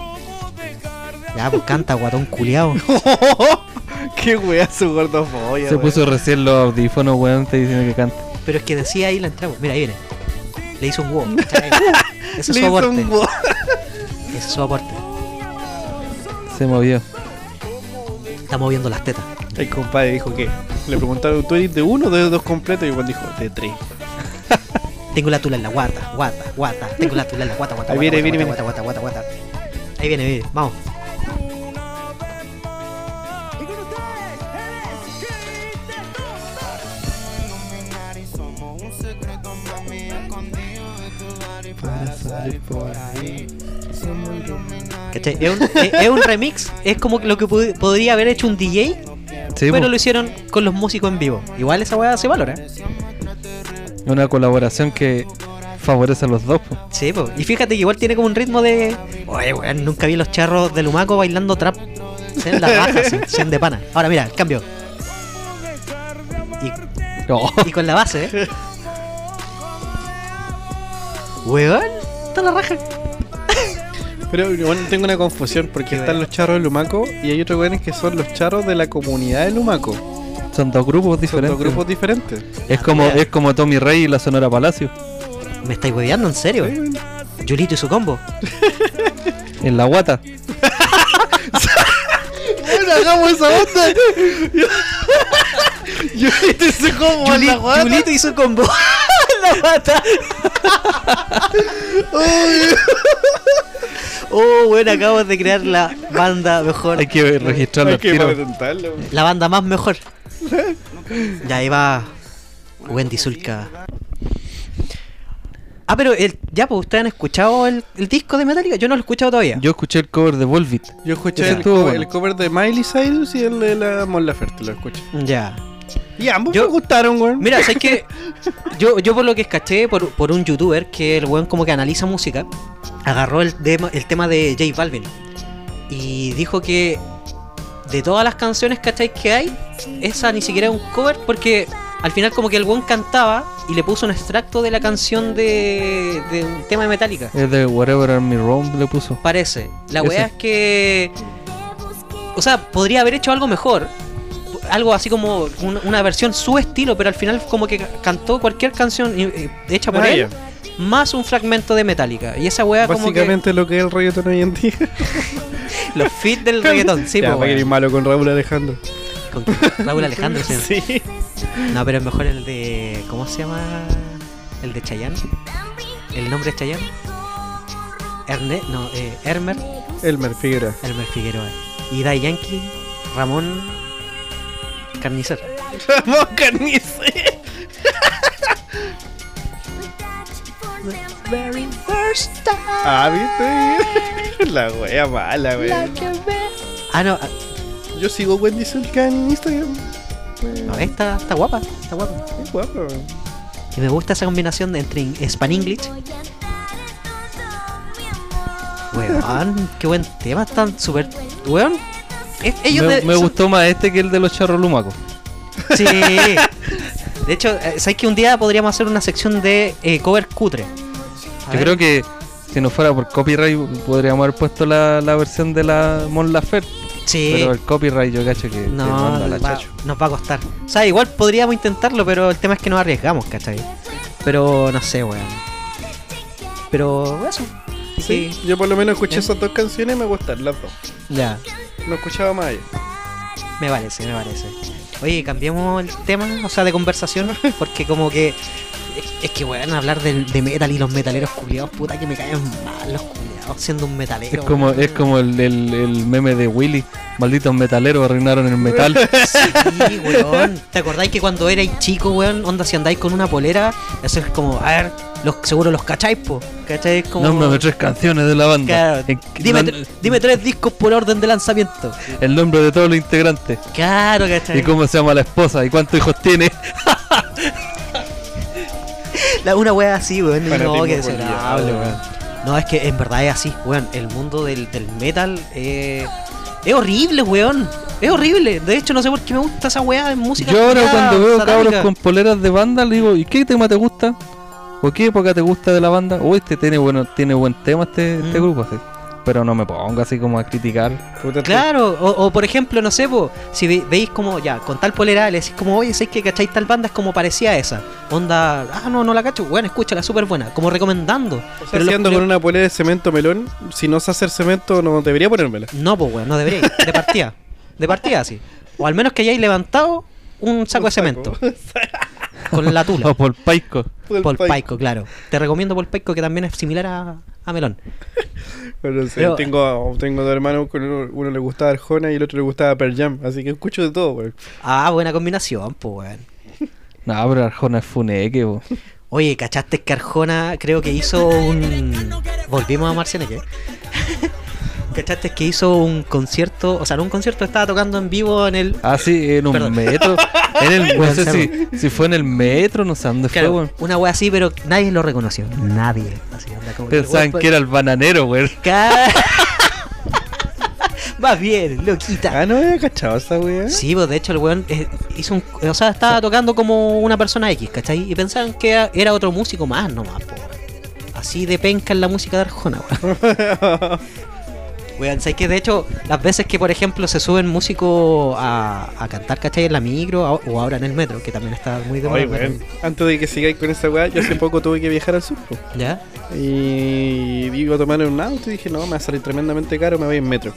A: ya. Ya, pues canta, guatón culiao.
B: Qué weá su gordo folla,
C: Se
B: weón.
C: puso recién los audífonos, weón, te diciendo que canta.
A: Pero es que decía ahí la entramos. Mira, ahí viene. Le hizo un wow. ¿cachai? Ese es
B: Le
A: su
B: hizo
A: aporte.
B: un bo-
A: Ese es su aporte.
C: Se movió.
A: Está moviendo las tetas.
B: El compadre dijo que le preguntaron, ¿tú eres de uno o de dos completos? Y Juan dijo, de tres.
A: Tengo la tula en la guata, guata, guata. Tengo la tula en la guata, guata.
B: Ahí
A: guata, guata,
B: viene, viene,
A: guata, guata, guata, guata, guata. Ahí viene, viene. Vamos. ¿Cachai? Es un, es- es un remix, es como lo que pod- podría haber hecho un DJ,
C: Sí,
A: pero
C: po.
A: lo hicieron con los músicos en vivo. Igual esa weá se valora.
C: una colaboración que favorece a los dos. po.
A: Sí, po. y fíjate que igual tiene como un ritmo de. Oye, weón, nunca vi los charros de Lumaco bailando trap. Sean las bajas, sean de pana. Ahora mira, cambio. Y,
C: Oh,
A: y con la base, ¿eh? Weón, está la raja.
B: Pero bueno, tengo una confusión porque
A: Qué
B: están
A: weá.
B: los charros de Lumaco y hay otros weones que son los charros de la comunidad de Lumaco.
C: son dos grupos
B: Son
C: diferentes.
B: dos grupos diferentes.
C: Es como es como Tommy Rey y la Sonora Palacio.
A: ¿Me estáis hueveando en serio?
B: Sí, bueno.
A: Julito y su combo.
C: En la guata.
B: Bueno, hagamos esa onda. Yo te sé cómo
A: Juli-
B: la guata.
A: Julito y su combo. la mata. oh, bueno, acabo de crear la banda mejor.
C: Hay que registrarlo
B: Hay
C: al
B: que
C: tiro.
B: patentarlo.
A: La banda más mejor. Y ahí va Wendy Zulka. Ah, pero el, ya, pues ustedes han escuchado el, el disco de Metallica. Yo no lo he escuchado todavía.
C: Yo escuché el cover de Volvit.
B: Yo escuché
C: Ese
B: el,
C: estuvo
B: co-
C: bueno.
B: el cover de Miley Cyrus y el de la Mon Laferte, lo escuché.
A: Ya.
B: Y ambos
A: Yo-
B: me gustaron, weón.
A: Mira, ¿sabes que yo, yo por lo que caché por, por un youtuber que el weón como que analiza música, agarró el, dema- el tema de J Balvin y dijo que de todas las canciones ¿cachai? que hay, esa ni siquiera es un cover porque al final como que el weón cantaba y le puso un extracto de la canción de, de un tema de Metallica.
C: Es de Whatever Army Rome le puso.
A: Parece. La
C: Ese.
A: weá es que... O sea, podría haber hecho algo mejor. Algo así como un- una versión su estilo, pero al final como que cantó cualquier canción eh, hecha por
B: Ah,
A: él,
B: ya.
A: más un fragmento de Metallica. Y esa weá Ah, como que...
B: Básicamente lo que es el reggaetón hoy en día.
A: Los feeds del reggaetón, sí,
B: ya,
A: po,
B: para que eres
A: weón.
B: malo con Raúl Alejandro.
A: Con Raúl Alejandro, sí.
B: Sí.
A: No, pero es mejor el de... ¿Cómo se llama? El de Chayanne. El nombre es Chayanne. Erne... No, eh, Hermer.
B: Elmer Figuera.
A: Elmer Figueroa. Y Dai Yankee, Ramón Carnicer.
B: Ramón Carnicer. Ah, viste. La wea mala, wea.
A: Ah, no, ah,
B: Yo sigo Wendy Zulka en Instagram.
A: no, esta está guapa, está guapa.
B: Qué guapa, weón.
A: Y me gusta esa combinación de entre in- Span English. Weón, qué buen tema, están súper. Weón. es- ellos
C: Me,
A: de-
C: me
A: son-
C: gustó más este que el de los charros lumacos.
A: Sí. De hecho, eh, ¿sabes que un día podríamos hacer una sección de eh, cover cutre? A
C: Yo
A: ver,
C: creo que si no fuera por copyright podríamos haber puesto la, la versión de la Mon Laferte.
A: Sí.
C: Pero el copyright yo cacho que te
A: Eh. No,
C: manda la
A: va-
C: chacho.
A: nos va a costar. O sea, igual podríamos intentarlo, pero el tema es que nos arriesgamos, ¿cachai? Pero no sé, weón. Pero eso.
B: Sí,
A: Sí.
B: yo por lo menos escuché
A: ¿Eh?
B: esas dos canciones y me gustan las dos.
A: Ya,
B: No escuchaba más allá.
A: me parece, me parece. Oye, cambiemos el tema, o sea, de conversación, porque como que. es- Es que, weón, hablar del- de, metal y los metaleros culiados, puta que me caen mal los culiados, siendo un metalero.
C: Es como,
A: weón.
C: es como el, el- el meme de Willy. Malditos metaleros arruinaron el metal.
A: Sí, weón. ¿Te acordáis que cuando erais chico, weón, onda si andáis con una polera, eso es como, a ver, los, seguro los cacháis, po. ¿Cacháis? Es Como...
C: Nómbrame tres canciones de la banda.
A: Claro.
C: En-
A: Dime,
C: nan-
A: tre- dime tres discos por orden de lanzamiento.
C: El nombre de todos los integrantes.
A: Claro, ¿cachai?
C: Y cómo se llama la esposa y cuántos hijos tiene.
A: La- una wea así, weón. y No,
B: Fanatismo
A: que
B: por el
A: desagradable,
B: diablo,
A: weón. No, es que en verdad es así, weón. El mundo del, del metal eh, es horrible, weón. Es horrible. De hecho, no sé por qué me gusta esa wea de música.
C: Yo ahora
A: culiada,
C: cuando veo
A: satánica.
C: cabros con poleras de banda le digo, ¿y qué tema te gusta? ¿O qué época te gusta de la banda? Uy, este tiene bueno, tiene buen tema este, este
A: Mm.
C: grupo así. Pero no me pongo así como a criticar.
B: Puta,
A: Claro, o, o por ejemplo, no sé, po, si ve- veis como, ya, con tal polera, le decís como, oye, sé que cacháis tal banda, es como parecía a esa. Onda, ah, no, no la cacho, bueno, escúchala, súper buena, como recomendando.
B: O sea,
A: Pero
B: si
A: los
B: ando
A: culiados-
B: con una polera de cemento melón, si no sé hacer cemento, no debería ponérmela.
A: No, pues, weón, no debería. De partida. De partida, sí. O al menos que hayáis levantado un saco
B: Un
A: de cemento. Con la
C: O
A: tula.
C: por paico.
B: Por el paico.
A: Polpaico, claro. Te recomiendo Polpaico, que también es similar a, a melón.
B: Bueno, sí,
A: Pero-
B: tengo, tengo dos hermanos, con uno, uno le gustaba Arjona y el otro le gustaba Pearl Jam, así que escucho de todo, weón.
A: Ah, buena combinación, pues, weón.
C: No, pero Arjona es funeque, po.
A: Oye, ¿cachaste que Arjona creo que hizo un... Volvimos a Marcianeque. ¿Cachaste que hizo un concierto? O sea, no un concierto, estaba tocando en vivo en el...
C: Ah, sí, en un
A: Perdón.
C: metro. En el, no sé
A: Gonzalo.
C: si, si fue en el metro, no sé dónde fue,
A: Claro,
C: weón.
A: una wea así, pero nadie lo reconoció. Nadie. Así, onda, como que el
C: Pensaban
A: weón-
C: que era el bananero, weón.
A: Ca- Más bien, loquita.
B: Ah, no había cachado esa weá.
A: Sí, pues de hecho el weón eh, hizo un. O sea, estaba tocando como una persona X, ¿cachai? Y pensaban que era- era otro músico más nomás, po. Así de penca en la música de Arjona, weón. Weón, ¿sabes que De hecho, las veces que, por ejemplo, se suben músicos a, a cantar, ¿cachai? En la micro a- o ahora en el metro, que también está muy de moda,
B: Oye,
A: weón.
B: weón, Antes de que sigáis con esa weá, yo hace poco tuve que viajar al sur. po.
A: ¿Ya?
B: Y iba a tomar un auto y dije, no, me va a salir tremendamente caro, me voy en metro.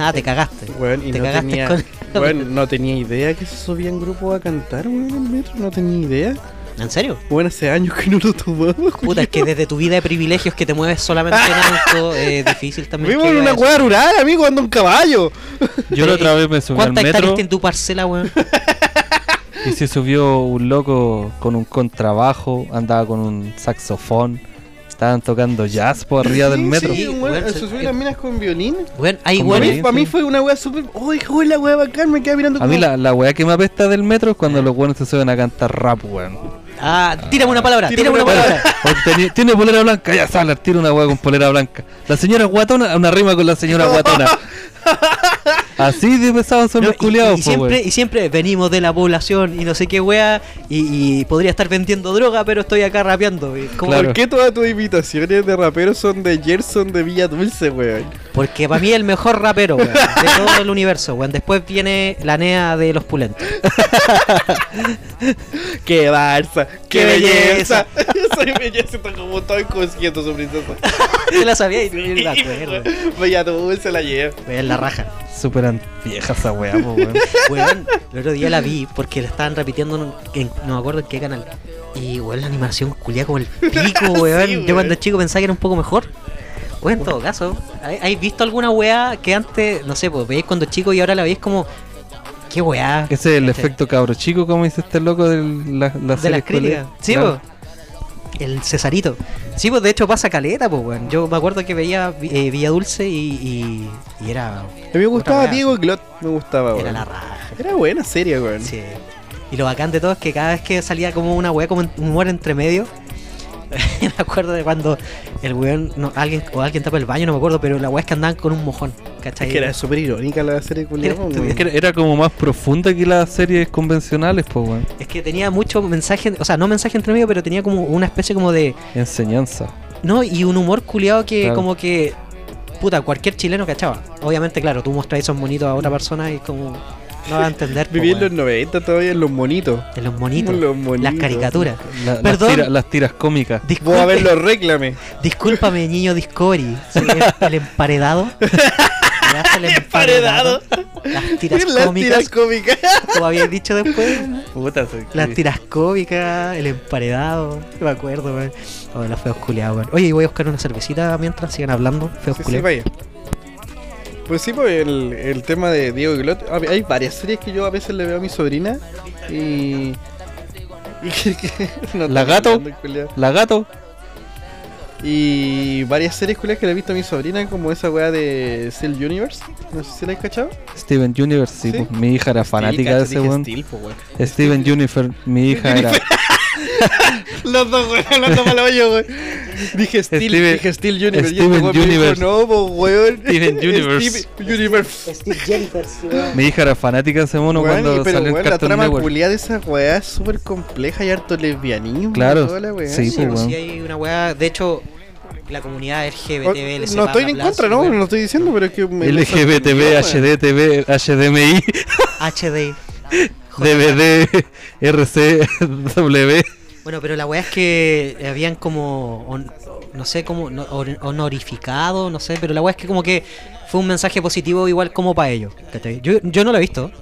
A: Ah, te cagaste.
B: Weón, y
A: te
B: no
A: cagaste
B: tenía,
A: con...
B: weón, no tenía idea que se subían grupos a cantar, weón, en metro. No tenía idea.
A: ¿En serio?
B: Bueno, hace años que no lo tomamos,
A: Puta, es que desde tu vida de privilegios que te mueves solamente en auto, es difícil también.
B: Vimos
A: que
B: en
A: haga
B: una
A: eso.
B: weá rural, amigo, ando en caballo.
C: Yo la otra vez me subí al
A: ¿Cuántas
C: metro
A: hectáreas en tu parcela, weón?
C: y se subió un loco con un contrabajo, andaba con un saxofón, estaban tocando jazz por arriba del metro.
B: Sí,
A: Sí,
B: weón,
A: weón,
B: se
A: se-
B: subieron las minas con violín.
A: Weón, hay
C: Con
B: Para
A: weones
B: mí,
C: violín.
B: para mí
C: sí.
B: fue una weá súper. ¡Oh, hijo weón, la weá bacán! Me queda mirando
C: A mí
B: como-
C: la, la weá que me apesta del metro es cuando los buenos se suben a cantar rap, weón.
A: Ah, tírame una palabra,
B: Tírame
A: tírame una
B: una
C: Bueno,
A: palabra.
C: o teni- tiene polera blanca, ya sale, tira una weá con polera blanca. La señora guatona, una rima con la señora guatona. Así de pesados son
A: No,
C: los
A: y-
C: culiados,
A: y,
C: po,
A: siempre,
C: weón.
A: y siempre venimos de la población y no sé qué wea y, y podría estar vendiendo droga, pero estoy acá rapeando. y como-
C: Claro.
B: ¿Por qué todas tus invitaciones de raperos son de Gerson de Villa Dulce, weón?
A: Porque para mí es el mejor rapero weón, de todo el universo. Weón. Después viene la NEA de los pulentos.
B: ¡Qué barza! ¡Qué,
A: ¡Qué
B: belleza!
A: belleza!
B: Esa belleza está como todo inconsciente, su princesa.
A: Yo la sabía y no la acuerdo.
B: Villa Dulce la lleva.
A: Weón, la raja.
C: Súper an- vieja esa weá, po, weón.
A: Weón, el otro día la vi porque la estaban repitiendo en, en- no me acuerdo en qué canal. Y weón, la animación culia como el pico, weón.
B: weón.
A: Yo cuando chico pensaba que era un poco mejor. Weón, en todo caso, ¿hay- ¿hay visto alguna weá que antes, no sé, pues veis cuando chico y ahora la veis como, qué weá?
C: Ese es el
A: ¿Cachai?
C: efecto cabro chico, como dice este loco de la, la
A: de
C: serie
A: las críticas.
C: escolar.
A: Sí,
C: Claro.
A: po. El Cesarito. Sí, pues de hecho pasa caleta, pues, weón. Yo me acuerdo que veía eh, Villa Dulce y, y- y era,
B: A mí me gustaba
A: Otra weá,
B: Diego Glot, me gustaba,
A: era
B: weón.
A: la raja.
B: Era buena serie, weón.
A: Sí. Y lo bacán de todo es que cada vez que salía como una weá, como un humor entre medio, me acuerdo de cuando el weón, no, alguien, o alguien tapa el baño, no me acuerdo, pero la weá es que andaban con un mojón, ¿cachai?
B: Es que era súper irónica la serie, culiao,
A: Era
B: weón.
A: estúpida.
C: Es que era como más profunda que las series convencionales, pues, weón.
A: Es que tenía mucho mensaje, o sea, no mensaje entre medio, pero tenía como una especie como de.
C: Enseñanza.
A: No, y un humor culiado que
C: Claro.
A: como que. Puta, cualquier chileno cachaba. Obviamente, claro, tú mostras esos monitos a
B: Mm.
A: otra persona y es como. No va a entender. po,
B: Viví en los
A: weón.
B: 90 todavía en los monitos.
A: En los monitos.
B: Los monitos.
A: Las caricaturas.
C: La- las
A: Perdón.
C: tira- las tiras cómicas.
B: Voy
A: Disculpe,
B: a ver los reclames.
A: Discúlpame, niño Discovery. Soy el, el emparedado. Me das el
B: emparedado.
A: Las tiras
B: las
A: cómicas,
B: tiras cómicas.
A: como habías dicho después. Las
C: Sí.
A: tiras cómicas, el emparedado. No me acuerdo, weón. Oh, los feos culiados, weón. Oye, y voy a buscar una cervecita mientras sigan hablando. Feos
B: Sí, sí,
A: culiados.
B: vaya. Pues sí, pues el, el tema de Diego Glot. a ver, Hay varias series que yo a veces le veo a mi sobrina y. y que- que- no
C: La
B: está
C: gato.
B: hablando, culiao.
C: La gato.
B: Y varias series culias que le he visto a mi sobrina, como esa weá de Cell Universe. No sé si la has cachado.
C: Steven Universe, sí,
B: Sí.
C: pues, mi hija era fanática de ese weón. Steven Universe, mi hija era.
B: Los dos, weón, hablando mal hoyo, weón. Dije Steel,
C: Steven-
B: dije Steel Universe. y
C: Steven
B: este weón me
C: Universe.
B: dijo, no, po, weón.
C: Steven Universe.
B: Steven Universe.
C: mi hija era fanática de ese mono
B: Weón,
C: cuando
B: y- pero
C: salió en
B: weón, la
C: Cartoon
B: trama
C: Network.
B: culiada de esa weá es súper compleja y harto lesbianismo. y
C: Claro,
B: toda la weá.
C: sí,
A: Sí,
C: pues,
A: pues,
C: weón.
A: sí, hay una weá. De hecho, la comunidad
B: O-
A: LGBT, BLC,
B: Oh, No estoy
A: bla,
B: en
A: bla,
B: contra,
A: sí,
B: no, no
A: weón.
B: lo estoy diciendo, pero es que me. me
C: LGBTB,
B: sorprendió,
C: HDTV, HDMI,
A: HD.
C: DVD, RC, W.
A: Bueno, pero la weá es que habían como, hon- no sé, como no- hon- honorificado, no sé, pero la weá es que como que fue un mensaje positivo igual como para ellos. ¿cachai? Yo, yo no lo he visto,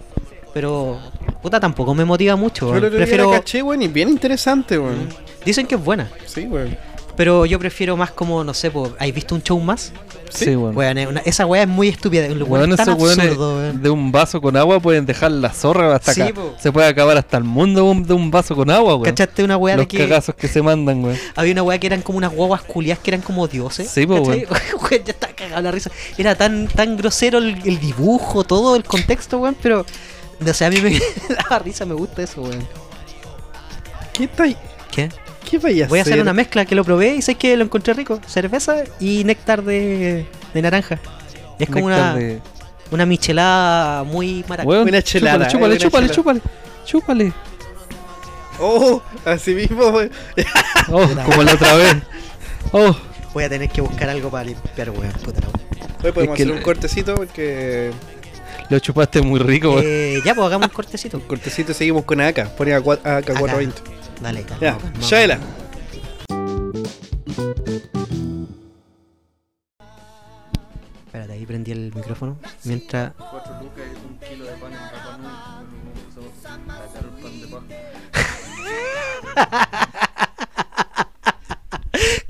A: pero puta tampoco me motiva mucho.
B: weón. Yo
A: weón.
B: lo
A: Prefiero... Mm.
B: prefiero. caché, weón, y bien interesante, weón.
A: Dicen que es buena,
B: Sí, weón.
A: pero yo prefiero más como, no sé, po, ¿hay visto un show más?
C: Sí, weón.
A: Weón, es una- esa weá es muy estúpida, es un lugar
C: Weón,
A: tan
C: esos weones
A: absurdo, weón.
C: de un vaso con agua pueden dejar la zorra hasta
A: Sí,
C: acá.
A: po.
C: Se puede acabar hasta el mundo weón, de un vaso con agua, weón.
A: ¿Cachaste una weá
C: Los
A: de que
C: cagazos que se mandan, weón.
A: había una weá que eran como unas guaguas culiadas que eran como dioses?
C: Sí, po,
A: ¿cachai? Weón, ya está cagado la risa. Era tan, tan grosero el, el dibujo, todo el contexto, weón, pero. No sé, a mí me daba risa, me gusta eso, weón.
B: ¿Qué tal?
A: ¿Qué?
B: ¿Qué vaya
A: Voy a hacer una mezcla que lo probé y sé que lo encontré rico. Cerveza y néctar de, de naranja. Y es como una,
C: Néctar de-
A: una michelada muy maraca.
C: Weón,
B: Buena chelada,
C: chúpale,
B: eh,
C: chúpale,
B: buena
C: chúpale, chúpale, chúpale.
B: Oh, así mismo, weón.
C: Oh, como la otra vez. Oh,
A: Voy a tener que buscar algo para limpiar, weón. Puta la weá.
B: Hoy podemos
C: que
B: hacer
C: la-
B: un cortecito porque.
C: Lo chupaste muy rico, weón.
A: Eh, ya, pues hagamos un cortecito.
B: Un cortecito y seguimos con AK. Pone AK4- AK420.
A: Dale, calma,
B: Ya,
A: calma.
B: Shaela.
A: Espérate, ahí prendí el micrófono. Mientras.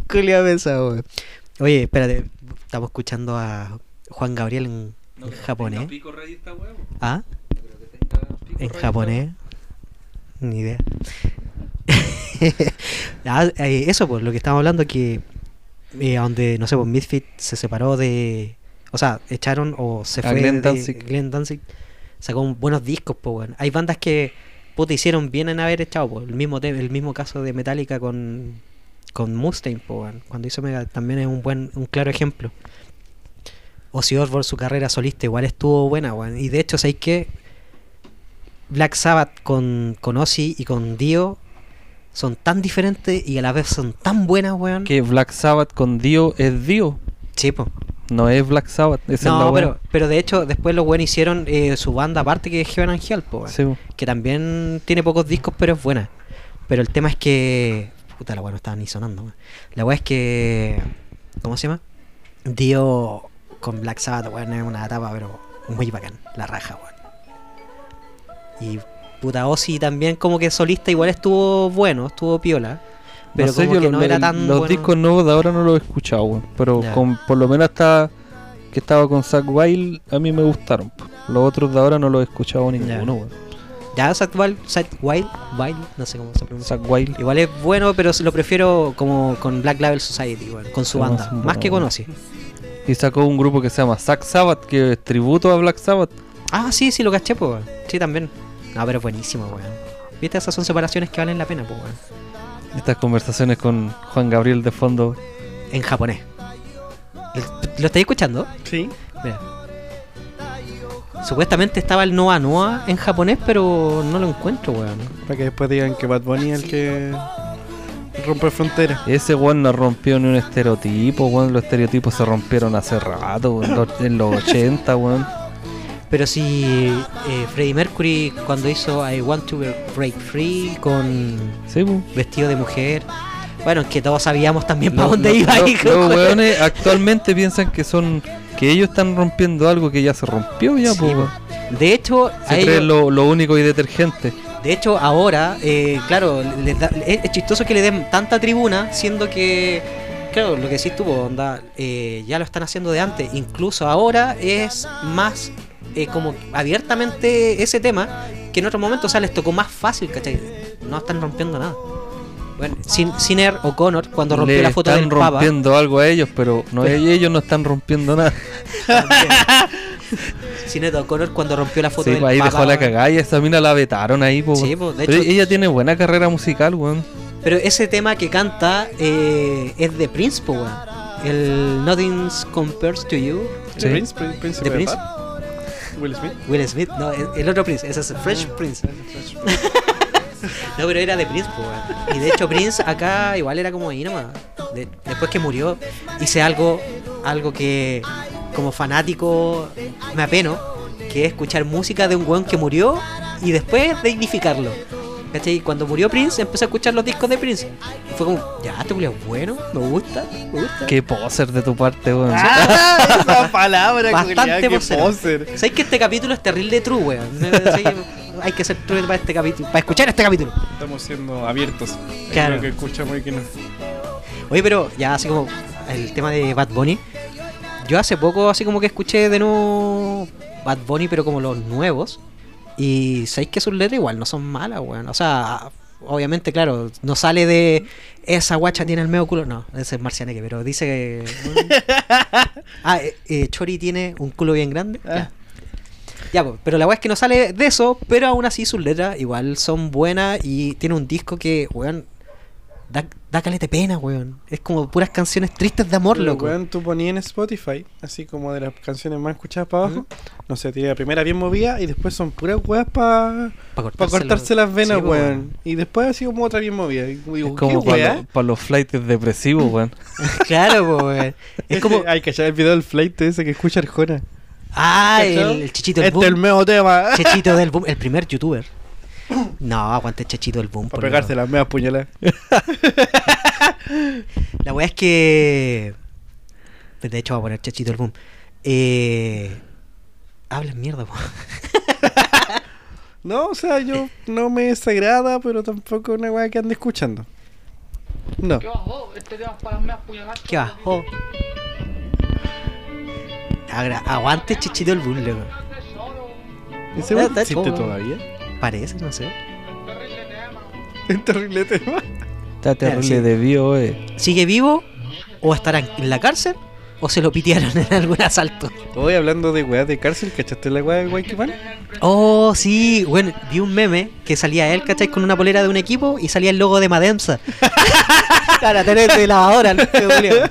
A: Culia pensado, weón. Oye, espérate, estamos escuchando a Juan Gabriel en, en
C: eh.
A: japonés. ¿Ah? En japonés. Ni idea. Ah, eh, eso, pues, lo que estábamos hablando, que eh, a donde, no sé, pues Misfit se separó de. O sea, echaron o se
C: A
A: fue
C: Glenn
A: de-
C: Danzig.
A: Glenn Danzig. Sacó un- buenos discos, pues, weón. Hay bandas que, puta, hicieron bien en haber echado, pues. El mismo, te- el mismo caso de Metallica con, con Mustaine, pues, weón. Cuando hizo Mega, también es un buen, un claro ejemplo. Ozzy Osbourne, su carrera solista, igual estuvo buena, weón. Y de hecho, ¿sabéis qué? Black Sabbath con, con Ozzy y con Dio son tan diferentes y a la vez son tan buenas, weón.
C: Que Black Sabbath con Dio es Dio.
A: Sí, po.
C: No es Black Sabbath. Esa es la
A: No,
C: weá.
A: pero, pero de hecho, después los weones hicieron eh, su banda aparte que es Heaven and Hell, po, weón.
C: Sí, weón.
A: Que también tiene pocos discos, pero es buena. Pero el tema es que. Puta, la weá no estaba ni sonando, weón. La weá es que. ¿Cómo se llama? Dio con Black Sabbath, weón, es una etapa, pero muy bacán. La raja, weón. Y puta Ozzy también, como que solista, igual estuvo bueno, estuvo piola. Pero
C: no sé,
A: como
C: yo
A: que
C: lo-
A: no
C: lo-
A: era tan.
C: los
A: bueno.
C: discos nuevos de ahora no los he escuchado, weón. Pero
A: Ya.
C: con, por lo menos hasta que estaba con Zack Wild, a mí me gustaron. po. Los otros de ahora no los he escuchado
A: Ya.
C: ninguno, weón.
A: Ya, Zack Wild, Zack Wild, Wild, no sé cómo se pronuncia.
C: Zack Wild.
A: Igual es bueno, pero lo prefiero como con Black Label Society, weón, con su
C: Pero
A: banda.
C: más un
A: Más que
C: bueno.
A: conoce.
C: Y sacó un grupo que se llama Zack Sabbath, que es tributo a Black Sabbath.
A: Ah, sí, sí, lo caché, po, weón. Sí, también. No, pero es buenísimo, weón. Viste, esas son separaciones que valen la pena, po, weón.
C: Estas conversaciones con Juan Gabriel de fondo.
A: En japonés. El- ¿Lo estáis escuchando?
B: Sí.
A: Mira. Supuestamente estaba el Noa Noa en japonés, pero no lo encuentro, weón.
B: Para que después digan que Bad Bunny es el que rompe fronteras.
C: Ese weón no rompió ni un estereotipo, weón. Los estereotipos se rompieron hace rato, weón. Los- En los 80, weón.
A: Pero sí, eh, Freddie Mercury cuando hizo I Want to Break Free con
C: Sí, weón.
A: vestido de mujer. Bueno, que todos sabíamos también para
C: Lo-
A: dónde
C: lo-
A: iba
C: lo-
A: hijo.
C: Los weones actualmente piensan que son. que ellos están rompiendo algo que ya se rompió ya,
A: Sí,
C: pues,
A: po.
C: weón.
A: De hecho, a
C: Se
A: ellos-
C: creen lo, lo único y detergente.
A: de hecho ahora, eh, claro, les da- es, es chistoso que le den tanta tribuna, siendo que, claro, lo que sí tuvo onda, eh, ya lo están haciendo de antes. Incluso ahora es más eh, como abiertamente ese tema que en otro momento, o sea, les tocó más fácil, ¿cachai? No están rompiendo nada. Bueno, Sin, Sinner o Connor, cuando rompió
C: Le
A: la foto
C: están
A: del Papa.
C: rompiendo algo a ellos, pero no ellos no están rompiendo nada.
A: Sinner o Connor, cuando rompió la foto
C: Sí,
A: del
C: pues ahí
A: Papa.
C: dejó la cagada y esa mina la vetaron ahí, po,
A: Sí,
C: weón.
A: pues, de
C: Pero
A: hecho-
C: ella tiene buena carrera musical, weón.
A: Pero ese tema que canta eh, es de Prince, po, weón. El Nothing Compares to You.
C: Sí.
B: ¿De Prince? Prin- ¿Príncipe
A: ¿De
B: de
A: Prince?
B: Bad? ¿Will Smith?
A: Will Smith, no, el el otro Prince, ese es el Fresh Prince. No, pero era de Prince, po, weón. Y de hecho Prince acá igual era como ahí nomás. De- después que murió, hice algo, algo que como fanático me apeno, que es escuchar música de un weón que murió y después dignificarlo. ¿Cachai? Cuando murió Prince, empecé a escuchar los discos de Prince. Y fue como, ya, este culiao es bueno, me gusta, me gusta.
C: Qué poser de tu parte, weón.
B: ¡Ah! Esa palabra, culiao,
A: Bastante
B: qué
A: poser.
B: poser.
A: ¿Sabes que este capítulo es terrible de true, weón? Sí, Hay que ser true para este capítulo, para escuchar este capítulo.
B: Estamos siendo abiertos.
A: Claro.
B: Claro. Lo que escuchamos y que no.
A: Oye, pero ya así como el tema de Bad Bunny, yo hace poco así como que escuché de nuevo Bad Bunny, pero como los nuevos. Y sabéis que sus letras igual no son malas, weón. O sea, obviamente, claro, no sale de esa guacha tiene el medio culo. No, ese es Marcianeque, pero dice que. ah, eh, eh, Chori tiene un culo bien grande.
B: Ah.
A: Ya. Ya, po, pero la weá es que no sale de eso, pero aún así sus letras igual son buenas y tiene un disco que, weón, da, da caleta de pena, weón. Es como puras canciones tristes de amor,
B: Pero,
A: loco.
B: weón, tú ponías en Spotify, así como de las canciones más escuchadas para abajo. No sé, tiene la primera bien movida y después son puras weas para
A: Para
B: cortarse las venas,
A: Sí, po,
B: weón. Y después así como otra bien movida. Y digo,
C: Es como
B: ¿qué wea?
C: para, los flights depresivos, weón.
A: Claro, po, weón. Es como.
B: Hay que echar el video del flight ese que escucha Arjona.
A: Ah,
B: ¿Cachai?
A: el, el chichito del
B: este es el
A: boom.
B: meo tema.
A: Chechito del boom, el primer youtuber. No, aguante Chechito del boom.
B: para
A: por
B: pegarse
A: loco.
B: las meas puñaladas.
A: La weá es que. De hecho, voy a poner Chechito del boom. Eh. Hablas mierda, po.
B: No, o sea, yo no me desagrada, pero tampoco es una wea que ande escuchando. No.
D: ¿Qué bajó? Este tema es para las meas puñaladas.
A: Qué bajo. Agra- Aguante Chechito del boom, loco.
B: ¿Ese weón
A: Está
B: existe
A: hecho.
B: todavía?
A: Parece, no sé.
B: Es terrible tema.
C: Está terrible
A: Ah, sí.
C: de bio, eh.
A: ¿Sigue vivo? ¿O estará en la cárcel? ¿O se lo pitearon en algún asalto?
B: Hoy hablando de weas de cárcel, ¿cachaste la wea de Guayquipán?
A: Oh, sí, bueno, vi un meme que salía él, ¿cachai? Con una polera de un equipo y salía el logo de Mademsa. Para tener de lavadora, el tío culiao.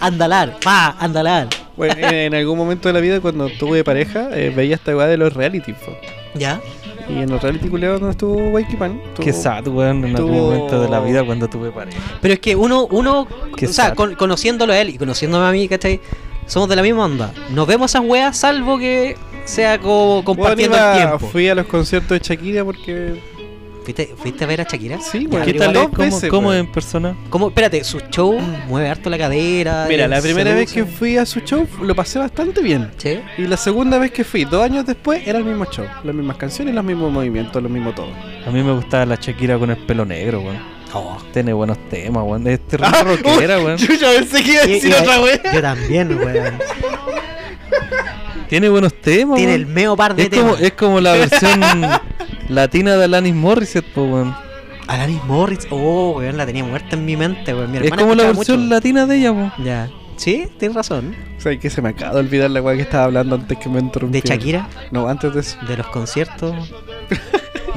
A: Andalar, pa, andalar.
B: Bueno, en, en algún momento de la vida, cuando tuve pareja, eh, veía esta weá de los reality. po.
A: ¿Ya?
B: Y en los reality culeados donde estuvo Guayquipán,
C: Qué sad, weón, en algún
B: tuvo-
C: momento de la vida cuando tuve pareja.
A: Pero es que uno, uno,
C: Qué
A: o sea,
C: sad.
A: con- conociéndolo a él y conociéndome a mí, ¿cachai? Somos de la misma onda. Nos vemos esas weas salvo que sea como compartiendo el tiempo.
B: Fui a los conciertos de Shakira porque.
A: ¿Fuiste, fuiste a ver a Shakira?
B: Sí,
A: Ya,
B: bueno,
C: ¿Qué
A: igual
C: tal?
B: dos
C: es? ¿Cómo,
B: veces,
C: cómo
B: weón.
C: en persona?
A: Como, espérate, su show mueve harto la cadera.
B: Mira,
A: eh,
B: la primera
A: se
B: vez que
A: usa.
B: fui a su show lo pasé bastante bien.
A: ¿Sí?
B: Y la segunda vez que fui, dos años después, era el mismo show. Las mismas canciones, los mismos movimientos, lo mismo todo.
C: A mí me gustaba la Shakira con el pelo negro, weón.
A: Oh.
C: Tiene buenos temas, weón. Es
A: Ah,
C: terrible rockera, weón.
B: ya pensé que iba
A: Y- y- Yo también, weón.
C: Tiene buenos temas,
A: Tiene
C: weón.
A: el meo par de
C: Es como,
A: temas.
C: es como la versión latina de Alanis Morissette, po, weón.
A: Alanis Morris. Oh, weón, la tenía muerta en mi mente, weón. Mi
C: Es
A: hermana
C: como la
A: escuchaba
C: versión
A: mucho.
C: latina de ella, po.
A: Ya. Sí, tienes razón.
B: O sea, que se me acaba de olvidar la weá que estaba hablando antes que me
A: De
B: interrumpiera.
A: Shakira,
B: No, antes de eso.
A: de los conciertos.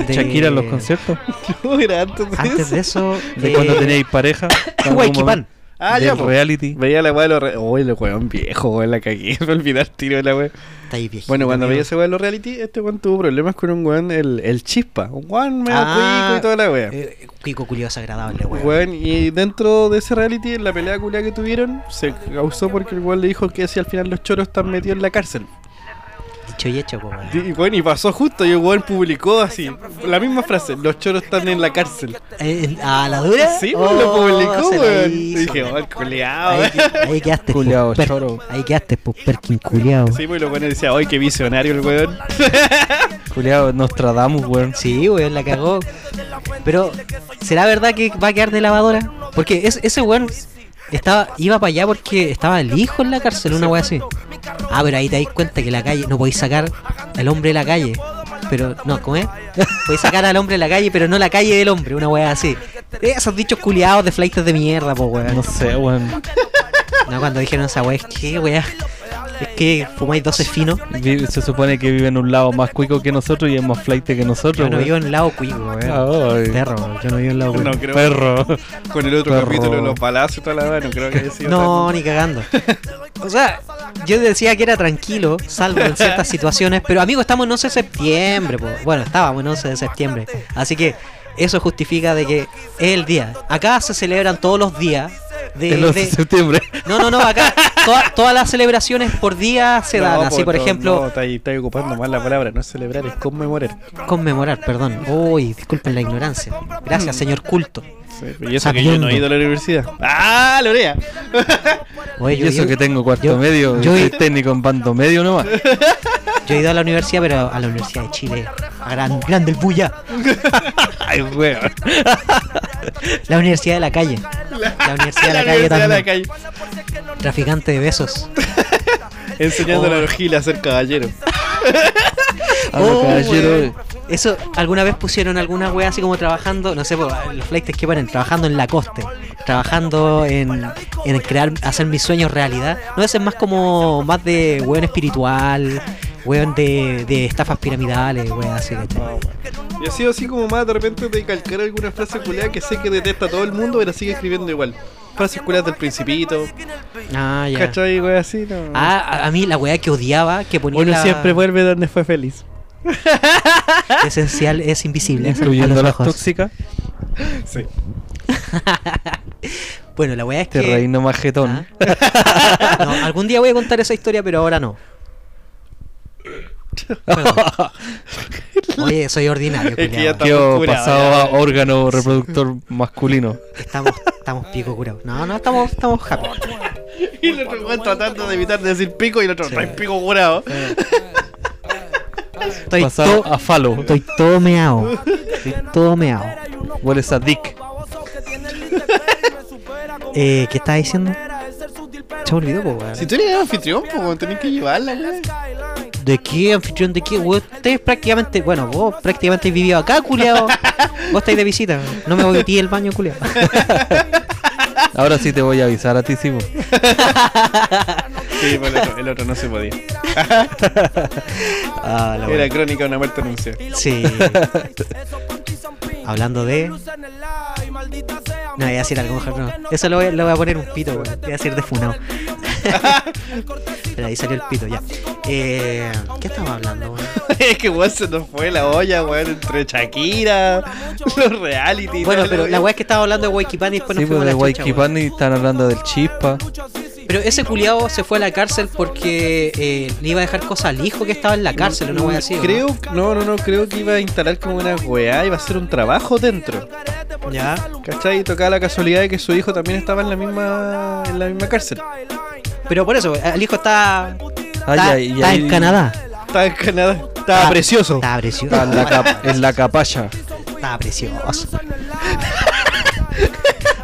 A: de-
C: Shakira en los conciertos.
B: No, era antes de
A: Antes
B: eso.
A: de eso, eh,
C: De cuando teníais pareja. en algún
A: Guayquipán.
C: momento,
B: Ah,
C: del
B: ya, pues.
C: reality.
B: Veía la weá de los. re- Uy, el weón viejo, weón, la cagué. Me olvidé el tiro de la weá.
A: Está ahí viejito,
B: Bueno, cuando veía
A: amigo.
B: ese weá de los reality, este weón tuvo problemas con un weón, el, el chispa. Un weón medio
A: Ah,
B: cuico y toda la weá.
A: Eh, Cuico culio desagradable, weón.
B: Weón, y dentro de ese reality, en la pelea culia que tuvieron, se causó porque el weón le dijo que si al final los choros están metidos en la cárcel.
A: Dicho y hecho, po, weón.
B: Y, weón, y pasó justo, y el weón publicó así, la misma frase, los choros están en la cárcel.
A: Eh, en- ¿A la dura?
B: Sí,
A: Oh,
B: pues lo publicó,
A: se la
B: weón. Y
A: hizo.
B: dije, oh, el culiao,
A: Ahí,
B: weón.
A: ahí quedaste, po,
C: Culeado,
A: per-
C: choro.
A: Ahí quedaste, pues, po, Perkin culiao.
B: Sí, pues lo bueno decía, ay, qué visionario el weón.
C: Juliado, Nostradamus, weón.
A: Sí, weón, la cagó. Pero, ¿será verdad que va a quedar de lavadora? Porque es- ese weón estaba, iba para allá porque estaba el hijo en la cárcel, una weá así. Ah, pero ahí te dais cuenta que la calle, no podéis sacar al hombre de la calle. Pero, no, ¿cómo es? Podéis sacar al hombre de la calle, pero no la calle del hombre, una weá así. Esos dichos culiados de flightes de mierda, po weón.
C: No sé, weón.
A: No, cuando dijeron esa weá, es que weá. Es que fumáis 12 finos.
C: Vi- Se supone que vive en un lado más cuico que nosotros y es más flight que
A: Yo
C: nosotros,
A: no
C: weón.
A: vivo en lado cuico, weón.
C: Ay,
A: Perro, yo no vivo en lado cuico.
B: No creo.
C: perro.
B: Con el otro
C: Perro.
B: capítulo de los palacios y toda la weá, no creo que haya sido.
A: No, ni cagando. O sea, yo decía que era tranquilo, salvo en ciertas situaciones, pero amigo, estamos en 11 de septiembre. po. Bueno, estábamos en 11 de septiembre. Así que eso justifica de que es el día. Acá se celebran todos los días. De,
C: El 11
A: de-
C: de septiembre.
A: no, no, no, acá toda- todas las celebraciones por día se dan.
C: pues,
A: Así, por
B: No,
A: ejemplo,
B: está ahí, está ahí ocupando mal la palabra, no es celebrar, es conmemorar.
A: conmemorar, perdón. Uy, disculpen la ignorancia. Gracias, señor culto.
B: Sí, y eso que yo no
A: Sabiendo.
B: he ido a la universidad. ¡Ah, Lorea!
A: Oye,
C: Y eso
A: yo-
C: que tengo cuarto
A: yo-
C: medio.
A: yo-
C: Yo soy técnico en bando medio nomás.
A: Yo he ido a la universidad, pero a la Universidad de Chile. A gran, grande el bulla.
C: Ay, weón.
A: La Universidad de la Calle. La Universidad de la, Calle
B: universidad de
A: también.
B: la calle.
A: Traficante de besos.
B: Enseñándole
A: Oh.
B: a los giles a ser caballero.
C: A los
A: Oh,
C: caballeros,
A: weón. Eso, ¿alguna vez pusieron alguna wea así como trabajando? No sé, po, los flights que ponen, trabajando en Lacoste, trabajando en, en crear, hacer mis sueños realidad. No, ese es más como, más de weón espiritual, weón, de, de estafas piramidales, weón, así, ¿cachai?
B: Oh, Y ha sido así como más de repente de calcar alguna frase culeada que sé que detesta a todo el mundo, pero sigue escribiendo igual. Frases culeadas del Principito.
A: Ah, ya.
B: ¿Cachai, güey? Así, no.
A: Ah, a- a mí la weá que odiaba, que ponía
B: Uno
A: la-
B: siempre vuelve donde fue feliz.
A: esencial es invisible.
C: Incluyendo
A: a los
C: las
A: ojos.
C: tóxicas.
B: Sí.
A: Bueno, la weá es
C: Este
A: que...
C: reino majetón.
A: Ah. No, algún día voy a contar esa historia, pero ahora no. Bueno. Oye, soy ordinario.
B: Es que
A: culiao.
B: ya está-
C: Quedó
B: curado,
C: pasado
B: ya.
C: a órgano reproductor masculino.
A: Estamos, estamos pico curados. No, no, estamos, estamos happy.
B: Y el otro güey tratando de evitar de decir pico y el otro trae pico curado.
A: Estoy,
C: pasado
A: to-
C: a falo.
A: estoy todo meao. Estoy todo meao.
C: Hueles a dick.
A: Eh, ¿Qué estás diciendo? Se me olvidó, po, weón.
B: Si tú eres anfitrión, pues güey, tenés que llevarla, güey.
A: ¿De qué, anfitrión? ¿De qué? Weón, ustedes prácticamente. Bueno, vos prácticamente vivido acá, culiao. Vos estáis de visita. No me voy a ti el baño, culiao.
C: Ahora sí te voy a avisar a ti, Simo.
B: Sí, pues el otro, el otro no se podía.
A: Ah, la
B: Era crónica de una muerte anunciada.
A: Sí. Hablando de. No, voy a decir algo mejor, no. Eso lo voy, lo voy a poner un pito, weón. Voy a decir de funao. Pero ahí salió el pito, ya. Eh, ¿Qué estamos hablando, weón?
B: es que weón se nos fue la olla, weón, entre Shakira, los reality.
A: Bueno,
B: todo
A: pero
B: lo-
A: la weá es que estaba hablando de Waikipani y después nos
C: Sí,
A: fuimos a la
C: pues de
A: chucha, weón.
C: Waikipani están hablando del chispa.
A: Pero ese culiao se fue a la cárcel porque eh, le iba a dejar cosas al hijo que estaba en la cárcel, una weá así. ¿o no?
B: Creo, no, no, no, creo que iba a instalar como una weá, iba a hacer un trabajo dentro.
A: Ya.
B: ¿Cachai? Y tocaba la casualidad de que su hijo también estaba en la misma, en la misma cárcel.
A: Pero por eso, el hijo está.
C: Ah,
A: está-
C: ya, y
A: está en
C: ahí- Oh.
A: Canadá.
B: Estaba en Canadá. Estaba precioso.
A: Ah, Está precioso.
C: Está en la, cap- en la capalla.
A: Está precioso.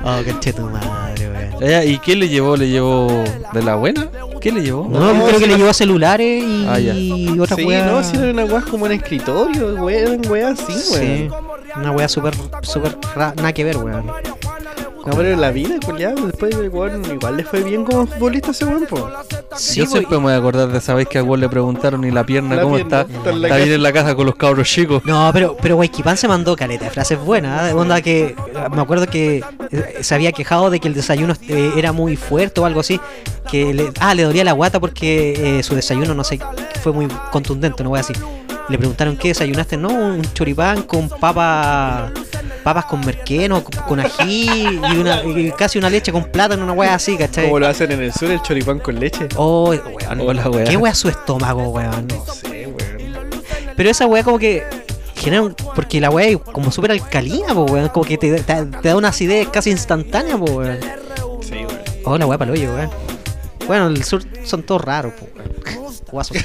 A: oh, conche tu madre, weón.
C: Ya, Eh, ¿Y qué le llevó? ¿Le llevó de la buena? ¿Qué le llevó?
A: No, yo creo que le llevó celulares y,
C: Ah, ya.
A: y otra
B: sí,
A: weá.
B: no, si era una weá como en escritorio, weón, weá así,
A: Sí.
B: weón.
A: Una weá súper, súper, ra- nada que ver, weón.
B: No, pero la vida, culiado, después del weón, igual le fue bien como futbolista ese weón, po.
A: Sí,
C: Yo
A: po,
C: siempre me voy a acordar de esa vez que a Wall le preguntaron y la pierna,
B: La
C: ¿cómo
B: pierna,
C: está?
B: está en la
C: Está bien
B: casa.
C: en la casa con los cabros chicos.
A: No, pero, pero Waikipan se mandó caleta de frases buenas. ¿eh? Onda que me acuerdo que eh, se había quejado de que el desayuno eh, era muy fuerte o algo así. Que le, ah, le dolía la guata porque eh, su desayuno, no sé, fue muy contundente, no voy a decir. Le preguntaron qué desayunaste, ¿no? Un choripán con papa, papas con merqueno, con, con ají y, una, y casi una leche con plátano, una wea así, ¿cachai?
B: Como lo hacen en el sur, el choripán con leche.
A: Oh, weón.
C: Hola, weón.
A: ¿Qué wea su estómago, weón?
B: Sí, weón.
A: Pero esa weá como que genera un- porque la weá es como súper alcalina, po, weón. Como que te, te- te da una acidez casi instantánea, po, weón.
B: Sí, weón.
A: Oh, la weá para hoyo, weón. Bueno, el sur son todos raros, po, weón. Guasos.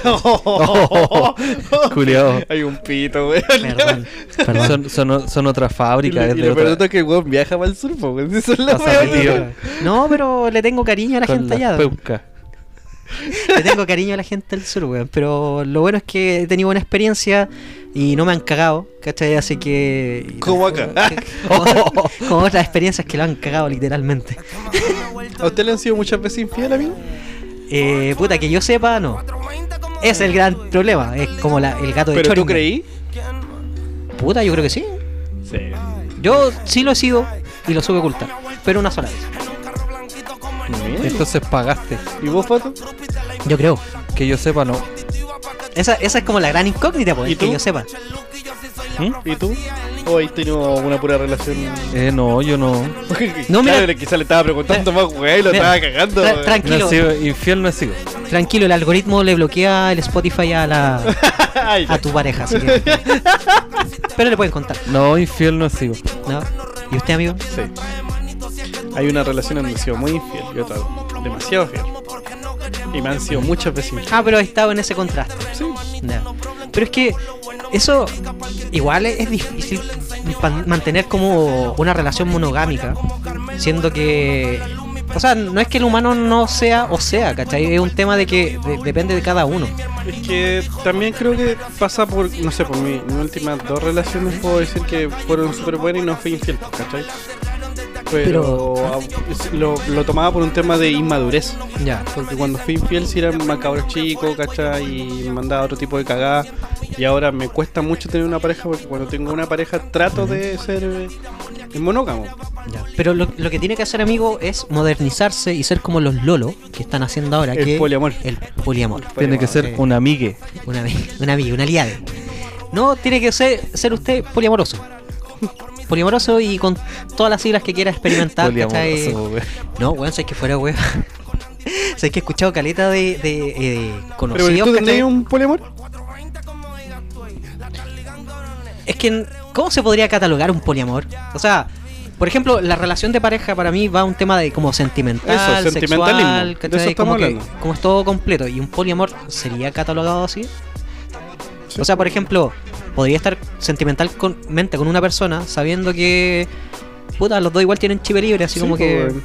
C: Culiao.
B: Hay un pito, weón.
A: Perdón, perdón.
C: Son, son, son otra
B: Y
C: fábrica,
B: lo,
C: es
B: y
C: de
B: lo
C: otra-
B: peor es que el weón viaja para el sur, po, weón. Eso es la
C: Pasa
B: weón,
C: metido
B: weón.
A: No, pero le tengo cariño a la
C: con
A: gente
C: las
A: allá.
C: peucas.
A: Le tengo cariño a la gente del sur, weón. Pero lo bueno es que he tenido buena experiencia y no me han cagado, ¿cachai? Así que.
B: Como acá.
A: Como, como otras experiencias que lo han cagado literalmente.
B: ¿A usted le han sido muchas veces infiel, amigo?
A: Eh, puta, que yo sepa, no. Es el gran problema. Es como la- el gato de
B: ¿Pero tú
A: Schrödinger.
B: creí?
A: Puta, yo creo que sí.
B: Sí.
A: Yo sí lo he sido y lo supe ocultar. Pero una sola vez.
C: Entonces pagaste.
B: ¿Y vos, Pato?
A: Yo creo.
C: Que yo sepa, no.
A: Esa, esa es como la gran incógnita, pues,
B: ¿Y
A: que
B: tú?
A: yo sepa.
B: ¿Y tú? ¿O ahí tenido una pura relación?
C: Eh, no, yo no.
A: No, mira.
B: Claro, quizá le estaba preguntando más, weón, y lo
A: Mira.
B: estaba cagando.
A: Tra-
B: weón.
C: No he
A: tranquilo,
C: sido infiel, no he sido.
A: tranquilo, el algoritmo le bloquea el Spotify a la
B: Ay,
A: a tu pareja, así que- Pero le pueden contar,
C: No, infiel no he sido.
A: ¿no? ¿Y usted, amigo?
B: Sí. Hay una relación donde he sido muy infiel y otra demasiado fiel. Y me han sido muchas veces infiel.
A: Ah, pero he estado en ese contraste.
B: Sí.
A: Ya. Pero es que eso igual es es difícil pan- mantener como una relación monogámica, siendo que... O sea, no es que el humano no sea o sea, ¿cachai? Es un tema de que de- depende de cada uno.
B: Es que también creo que pasa por, no sé, por mí. Mis últimas dos relaciones puedo decir que fueron súper buenas y no fui infiel, ¿cachai? Pero, a- lo, lo tomaba por un tema de inmadurez.
A: Ya.
B: Porque cuando fui infiel si era más cabro chico, ¿cachai? Y mandaba otro tipo de cagada. Y ahora me cuesta mucho tener una pareja porque cuando tengo una pareja trato de ser eh, monógamo.
A: Ya, Pero lo, lo que tiene que hacer, amigo, es modernizarse y ser como los lolos que están haciendo ahora.
B: El
A: que
B: poliamor.
A: El poliamor.
C: Tiene que ser
A: Ok.
C: un amigue.
A: Una, ami- una amiga, una aliada. No, tiene que ser, ser usted poliamoroso. Poliamoroso y con todas las siglas que quiera experimentar. ¿cachai?
C: Poliamoroso, güey.
A: No, weón, sé que fuera weón. sé que he escuchado caleta de, de, eh, de
B: Pero
A: conocidos.
B: ¿tú
A: ¿cachai?
B: tenías un poliamor?
A: Es que, ¿cómo se podría catalogar un poliamor? O sea, por ejemplo, la relación de pareja para mí va a un tema de como sentimental,
B: Eso, sentimentalismo.
A: sexual,
B: De eso
A: ¿cachai?
B: estamos
A: como, que-
B: hablando.
A: como es todo completo. ¿Y un poliamor sería catalogado así? O sea, por ejemplo, podría estar sentimentalmente con una persona sabiendo que... Puta, los dos igual tienen chipe libre, así
B: Sí,
A: como
B: pues,
A: que...
B: weón.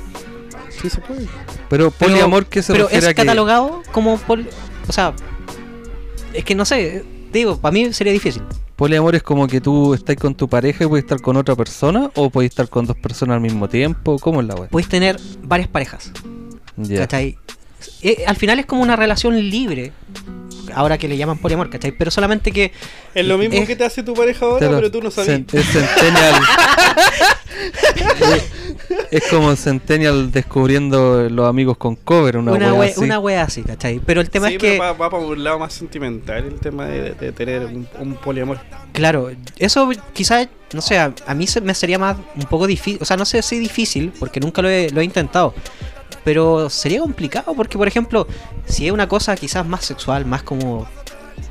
B: Sí se puede.
C: Pero poliamor que se
A: pero
C: refiere
A: es
C: a que-
A: catalogado como pol- o sea es que no sé digo para mí sería difícil
C: Poliamor es como que tú estás con tu pareja y puedes estar con otra persona o puedes estar con dos personas al mismo tiempo. ¿Cómo es la web?
A: puedes tener varias parejas
C: Ya.
A: ¿cachai? Eh, al final es como una relación libre ahora que le llaman poliamor ¿cachai? pero solamente que
B: Es lo mismo
A: Es-
B: que te hace tu pareja ahora,
C: Te lo-
B: pero tú Oh, no sabías.
C: cen- Es Centennial. es como Centennial descubriendo los amigos con cover, una,
A: una,
C: wea
A: wea,
C: así.
A: una wea así ¿cachai? pero el tema
B: Sí,
A: es
B: pero
A: que
B: va, va para un lado más sentimental el tema de, de tener un, un poliamor.
A: Claro, eso quizás, no sé, a, a mí se, me sería más un poco difícil, o sea, no sé si difícil, porque nunca lo he, lo he intentado, pero sería complicado, porque por ejemplo, si es una cosa quizás más sexual, más como,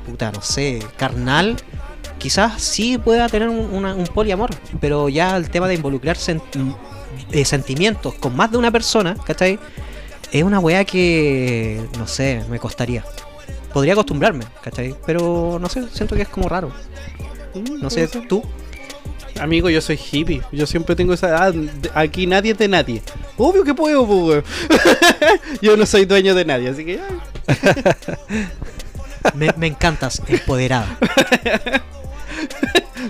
A: puta, no sé, carnal, quizás sí pueda tener un, una- un poliamor, pero ya el tema de involucrarse en eh, sentimientos con más de una persona, ¿cachai? Es una weá que, no sé, me costaría. Podría acostumbrarme, ¿cachai? Pero no sé, siento que es como raro. No sé, tú.
B: Amigo, yo soy hippie. Yo siempre tengo esa edad. de- Aquí nadie es de nadie. Obvio que puedo, pues, weón. Yo no soy dueño de nadie, así que ya.
A: Me, me encantas, empoderada.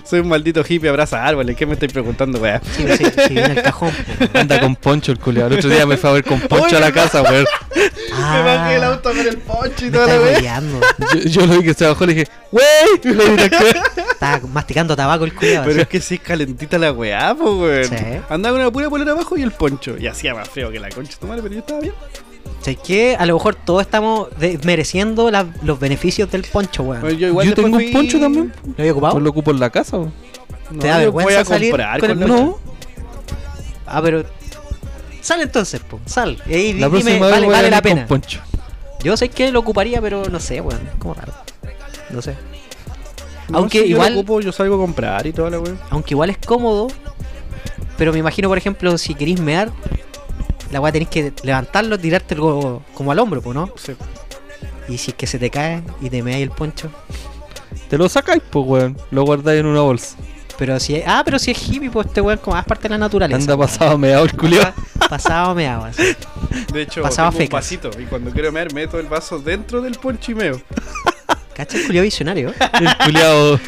B: Soy un maldito hippie, abraza árboles. ¿Qué me estoy preguntando, weón?
A: Sí, sí, sí, viene el cajón. po.
C: Anda con Poncho el culiado. El otro día me fue a ver con Poncho a la casa, weón.
A: Ah,
B: Me bajé el auto con el poncho y
A: me
B: toda la
A: estáis
B: weá.
A: hueveando.
C: Yo, yo lo vi que se bajó y le dije, wey, y le di la cara.
A: Estaba masticando tabaco el cuidado.
B: Pero es que sí es calentita la weá, pues, weón.
A: Sí.
B: Andaba con una pura polera abajo y el poncho. Y hacía más frío que la concha de tu madre, pero yo estaba bien.
A: Ah. ¿Sabes qué? A lo mejor todos estamos desmereciendo la- los beneficios del poncho,
B: Bueno,
A: weón.
B: yo igual
C: Yo
B: después
C: tengo
B: fui-
C: un Poncho también.
A: ¿Lo había ocupado?
C: Pues lo ocupo en la casa, weón.
B: No,
A: ¿Te da
B: yo
A: vergüenza
B: voy a
A: salir
B: comprar
A: con el
B: poncho?
C: No,
A: Ah, pero. Sal entonces, po. Sal. Y dime,
C: la próxima vez
A: vale,
C: voy a
A: vale la
C: venir
A: pena.
C: con Poncho.
A: Yo sé que lo ocuparía, pero no sé, weón. Como raro. No sé.
B: No,
A: Aunque
B: si yo lo
A: igual-
B: ocupo, yo salgo a comprar y toda la weá.
A: aunque igual es cómodo, pero me imagino, por ejemplo, si queréis mear, la weá tenés que levantarlo, tirártelo como al hombro, pues, ¿no?
B: Sí.
A: Y si es que se te cae y te meáis el poncho.
C: Te lo sacáis, pues, weón. Lo guardáis en una bolsa.
A: Pero si es, ah, pero si es hippie, pues este weón como es parte de la naturaleza.
C: Anda
A: weón.
C: pasado meado el culiado.
A: Pasado meado, así.
B: De hecho,
A: Pasaba
B: tengo un
A: fecas.
B: vasito y cuando quiero mear meto el vaso dentro del poncho y meo.
A: Cacha el culiao visionario.
C: El culiado.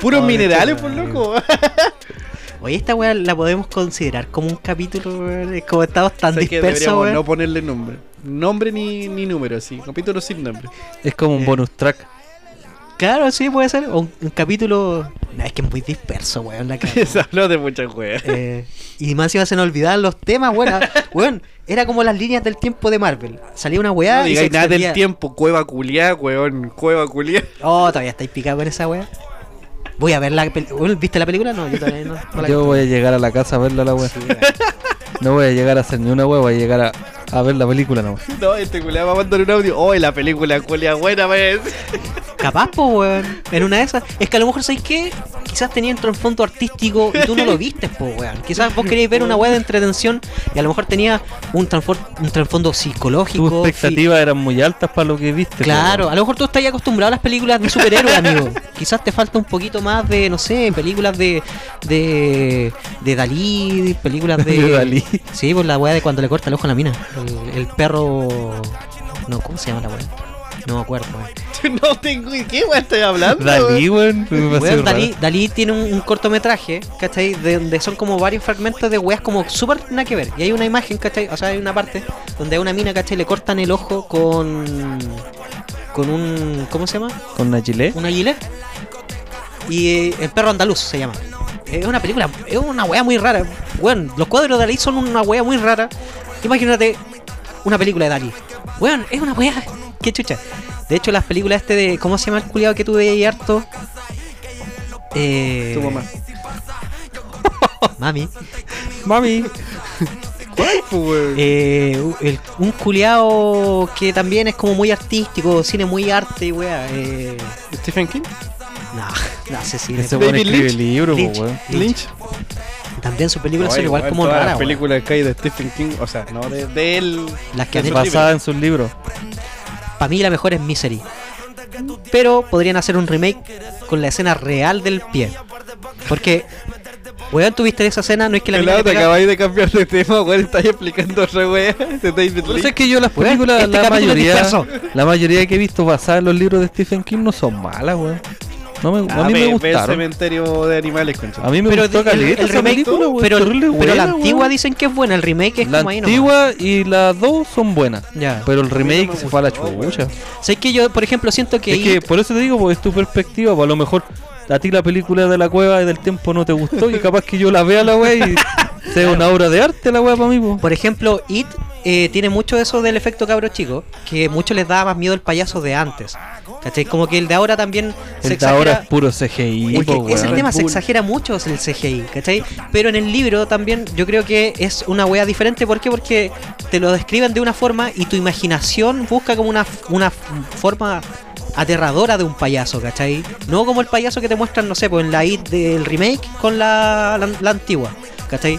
B: Puros
A: Joder,
B: minerales,
A: Oh, qué
B: por
A: mal.
B: loco.
A: Oye, esta weá la podemos considerar como un capítulo, weón. Es como estamos tan
B: Sé que
A: dispersos,
B: deberíamos
A: weón.
B: no ponerle nombre. Nombre ni, ni número, así. Capítulo sin nombre.
C: Es como un
A: Eh.
C: bonus track.
A: Claro, sí, puede ser. O un, un capítulo. No, es que es muy disperso, weón, la cara.
B: Se habló de muchas weas.
A: Eh, y más iba se nos olvidaban los temas, bueno, weón, era como las líneas del tiempo de Marvel. Salía una weá
B: No
A: y se
B: digáis nada del
A: extendía.
B: tiempo, cueva culiá, weón, cueva culiá.
A: Oh, todavía estáis picados con esa weá. Voy a ver la película. ¿Viste la película? No, yo todavía no. no la he
C: Yo
A: visto.
C: voy a llegar a la casa a verla la wea.
A: Sí, weón.
C: No voy a llegar a hacer ni una wea, voy a llegar a, a ver la película nomás.
B: No, este culiá va a mandar un audio. ¡Oh, la película culiá buena, ves!
A: Capaz, po, weón. En una de esas. Es que a lo mejor, ¿sabéis qué? Quizás tenía un trasfondo artístico y tú no lo viste, po, weón. Quizás vos queréis ver una weá de entretención y a lo mejor tenía un, transfor- un trasfondo psicológico.
C: Tus
A: fi-
C: expectativas eran muy altas para lo que viste.
A: Claro, a lo mejor tú estás acostumbrado a las películas de superhéroes, amigo. Quizás te falta un poquito más de, no sé, películas de. de. de Dalí, películas de.
C: De Dalí.
A: Sí, por la weá de cuando le corta el ojo a la mina. El, el perro. No, ¿cómo se llama la weá? No me acuerdo, weón.
B: no tengo ¿de qué weón estoy hablando.
C: Dalí, weón. me
A: Weón,
C: pasé raro.
A: Dalí, Dalí tiene un, un cortometraje, ¿cachai? De donde son como varios fragmentos de weas como súper nada que ver. Y hay una imagen, ¿cachai? O sea, hay una parte donde a una mina, ¿cachai? Le cortan el ojo con. con un. ¿Cómo se llama?
C: ¿Con una chile?
A: Una gilet. Y eh, El perro andaluz se llama. Es una película, es una wea muy rara. Weón, los cuadros de Dalí son una wea muy rara. Imagínate una película de Dalí. Weón, es una wea. Qué chucha. De hecho, las películas este de. ¿Cómo se llama el culiado que tú veías ahí harto? Eh,
B: Tu mamá.
A: Mami.
C: Mami.
B: ¿Cuál, pues, weón?
A: Eh, u- el- un culiado que también es como muy artístico, cine muy arte y wea. Eh,
B: Stephen King,
A: no, no sé si.
C: Ese
B: David
C: weón escribe
B: Lynch.
C: libros, po,
A: Lynch.
C: weón.
B: Lynch.
A: También sus películas
B: Oye,
A: son igual
B: weón,
A: como
B: todas
A: raras.
B: Las
A: weón.
B: películas que hay de Stephen King, o sea, no de, de él.
A: Las que han hecho.
C: Basada en sus libros.
A: Para mí la mejor es Misery. Pero podrían hacer un remake con la escena real del pie. Porque, weón, tuviste esa escena, no es que la
B: El
A: mina le
B: lado te
A: pega-
B: acabáis de cambiar de tema, weón. Estás explicando otra weá de David
C: Pues
B: Lynch.
C: es que yo las
A: Weón,
C: películas,
A: este
C: la
A: capítulo es
C: mayoría,
A: disperso.
C: la mayoría que he visto basadas en los libros de Stephen King no son malas, weón. No me,
B: Ah,
C: a mí
B: ve- ve
C: me
B: el
C: gustaron.
B: cementerio de animales, concha.
C: A mí me
A: Pero
C: gustó
A: el- el,
C: caleta
A: el
C: esa
A: remake,
C: película, weón,
A: pero,
C: terrible
A: pero la
C: buena,
A: antigua
C: weón.
A: dicen que es buena, el remake es
C: La
A: como ahí nomás.
C: antigua y las dos son buenas.
A: Ya.
C: Pero el remake
B: me
C: se fue a la
B: gustó, weón.
C: chucha.
A: ¿Sabes que yo, por ejemplo, siento que,
C: Es que por eso te digo, pues es tu perspectiva, pues a lo mejor a ti la película de la cueva y del tiempo no te gustó y capaz que yo la vea la wea y sea una obra de arte la wea para mí, pues.
A: por ejemplo, It eh, tiene mucho eso del efecto cabro chico, que mucho les daba más miedo el payaso de antes. ¿Cachai? Como que el de ahora también
C: El de ahora es
A: exagera-
C: puro CGI,
A: Es que
C: po,
A: ese
C: pues, weón.
A: tema se
B: Bull.
A: exagera mucho es el CGI, ¿cachai? Pero en el libro también yo creo que es una wea diferente. ¿Por qué? Porque te lo describen de una forma y tu imaginación busca como una, una f- forma aterradora de un payaso, ¿cachai? No como el payaso que te muestran, no sé, pues en la IT del remake con la, la, la antigua, ¿cachai?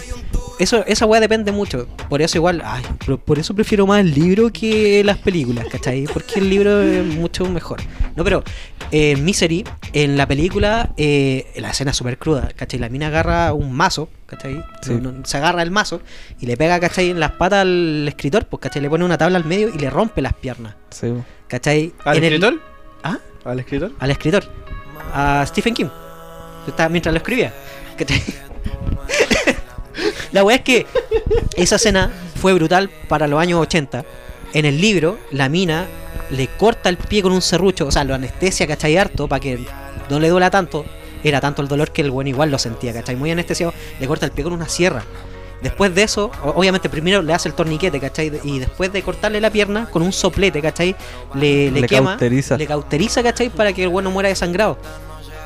A: Eso, esa weá depende mucho. Por eso igual, ay, por, por eso prefiero más el libro que las películas, ¿cachai? Porque el libro es mucho mejor. No, pero eh, en Misery, en la película, eh, la escena es súper cruda, ¿cachai? La mina agarra un mazo, ¿cachai?
C: Sí.
A: Uno- Se agarra el mazo y le pega, ¿cachai? En las patas al escritor, pues, ¿cachai? Le pone una tabla al medio y le rompe las piernas,
C: Sí, pues. po.
A: ¿cachai?
B: ¿Al
A: En el-
B: escritor?
A: ¿Ah?
B: ¿Al escritor?
A: al escritor, a Stephen King. Está- mientras lo escribía. ¿cachai? la weá es que esa escena fue brutal para los años 80. En el libro, la mina le corta el pie con un serrucho, o sea, lo anestesia, ¿cachai? Harto, para que no le duela tanto. Era tanto el dolor que el bueno igual lo sentía, ¿cachai? Muy anestesiado, le corta el pie con una sierra. Después de eso, o- obviamente primero le hace el torniquete, ¿cachai? Y después de cortarle la pierna con un soplete, ¿cachai? Le, le
C: Le
A: quema,
C: cauteriza.
A: le cauteriza, ¿cachai? Para que el bueno muera desangrado.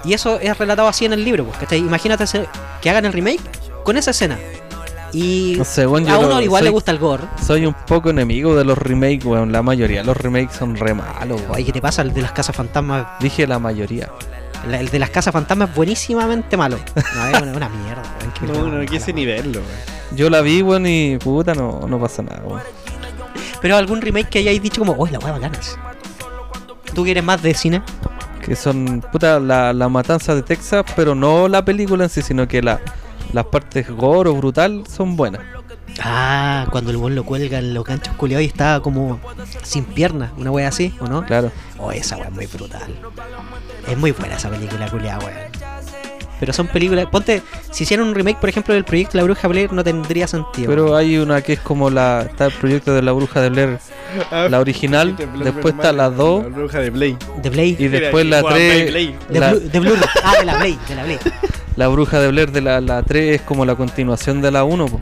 A: Y eso es relatado así en el libro, pues, ¿cachai? Imagínate ese- que hagan el remake con esa escena. Y
C: No sé, weón,
A: a
C: yo
A: uno
C: lo-
A: igual le
C: soy-
A: gusta el gore.
C: Soy un poco enemigo de los remakes, weón. La mayoría de los remakes son re malos,
A: Ay,
C: weón.
A: ¿qué te pasa? El de las casas fantasmas.
C: Dije la mayoría.
A: la- el de las casas fantasmas es buenísimamente malo. No, es una, una mierda, weón, qué
B: No,
A: mierda
B: no,
A: mala,
B: que ese
A: weón.
B: nivel, weón.
C: Yo la vi, weón, y puta, no, no pasa nada, weón.
A: Pero algún remake que hayáis dicho como, uy, la hueá ganas. ¿Tú quieres más de cine?
C: Que son, puta, la, la matanza de Texas, pero no la película en sí, sino que la, las partes gore o brutal son buenas.
A: Ah, cuando el buen lo cuelga en los ganchos culiados y estaba como sin piernas, una wea así, ¿o no?
C: Claro.
A: Oh, esa wea es muy brutal. Es muy buena esa película culiada, weón. Pero son películas. Ponte, si hicieran un remake, por ejemplo, del proyecto La Bruja Blair, no tendría sentido.
C: Pero hay una que es como la. Está el proyecto de la bruja de Blair,
B: Ah,
C: la original. Después está la 2.
B: La bruja de Blade.
A: de Blade.
C: Y después la
B: Juan
C: 3.
B: Blade.
A: De,
C: La,
A: Blu- de Blur. Ah, de la Blade, de la Blade.
C: la bruja de Blair de la, la 3 es como la continuación de la 1. po.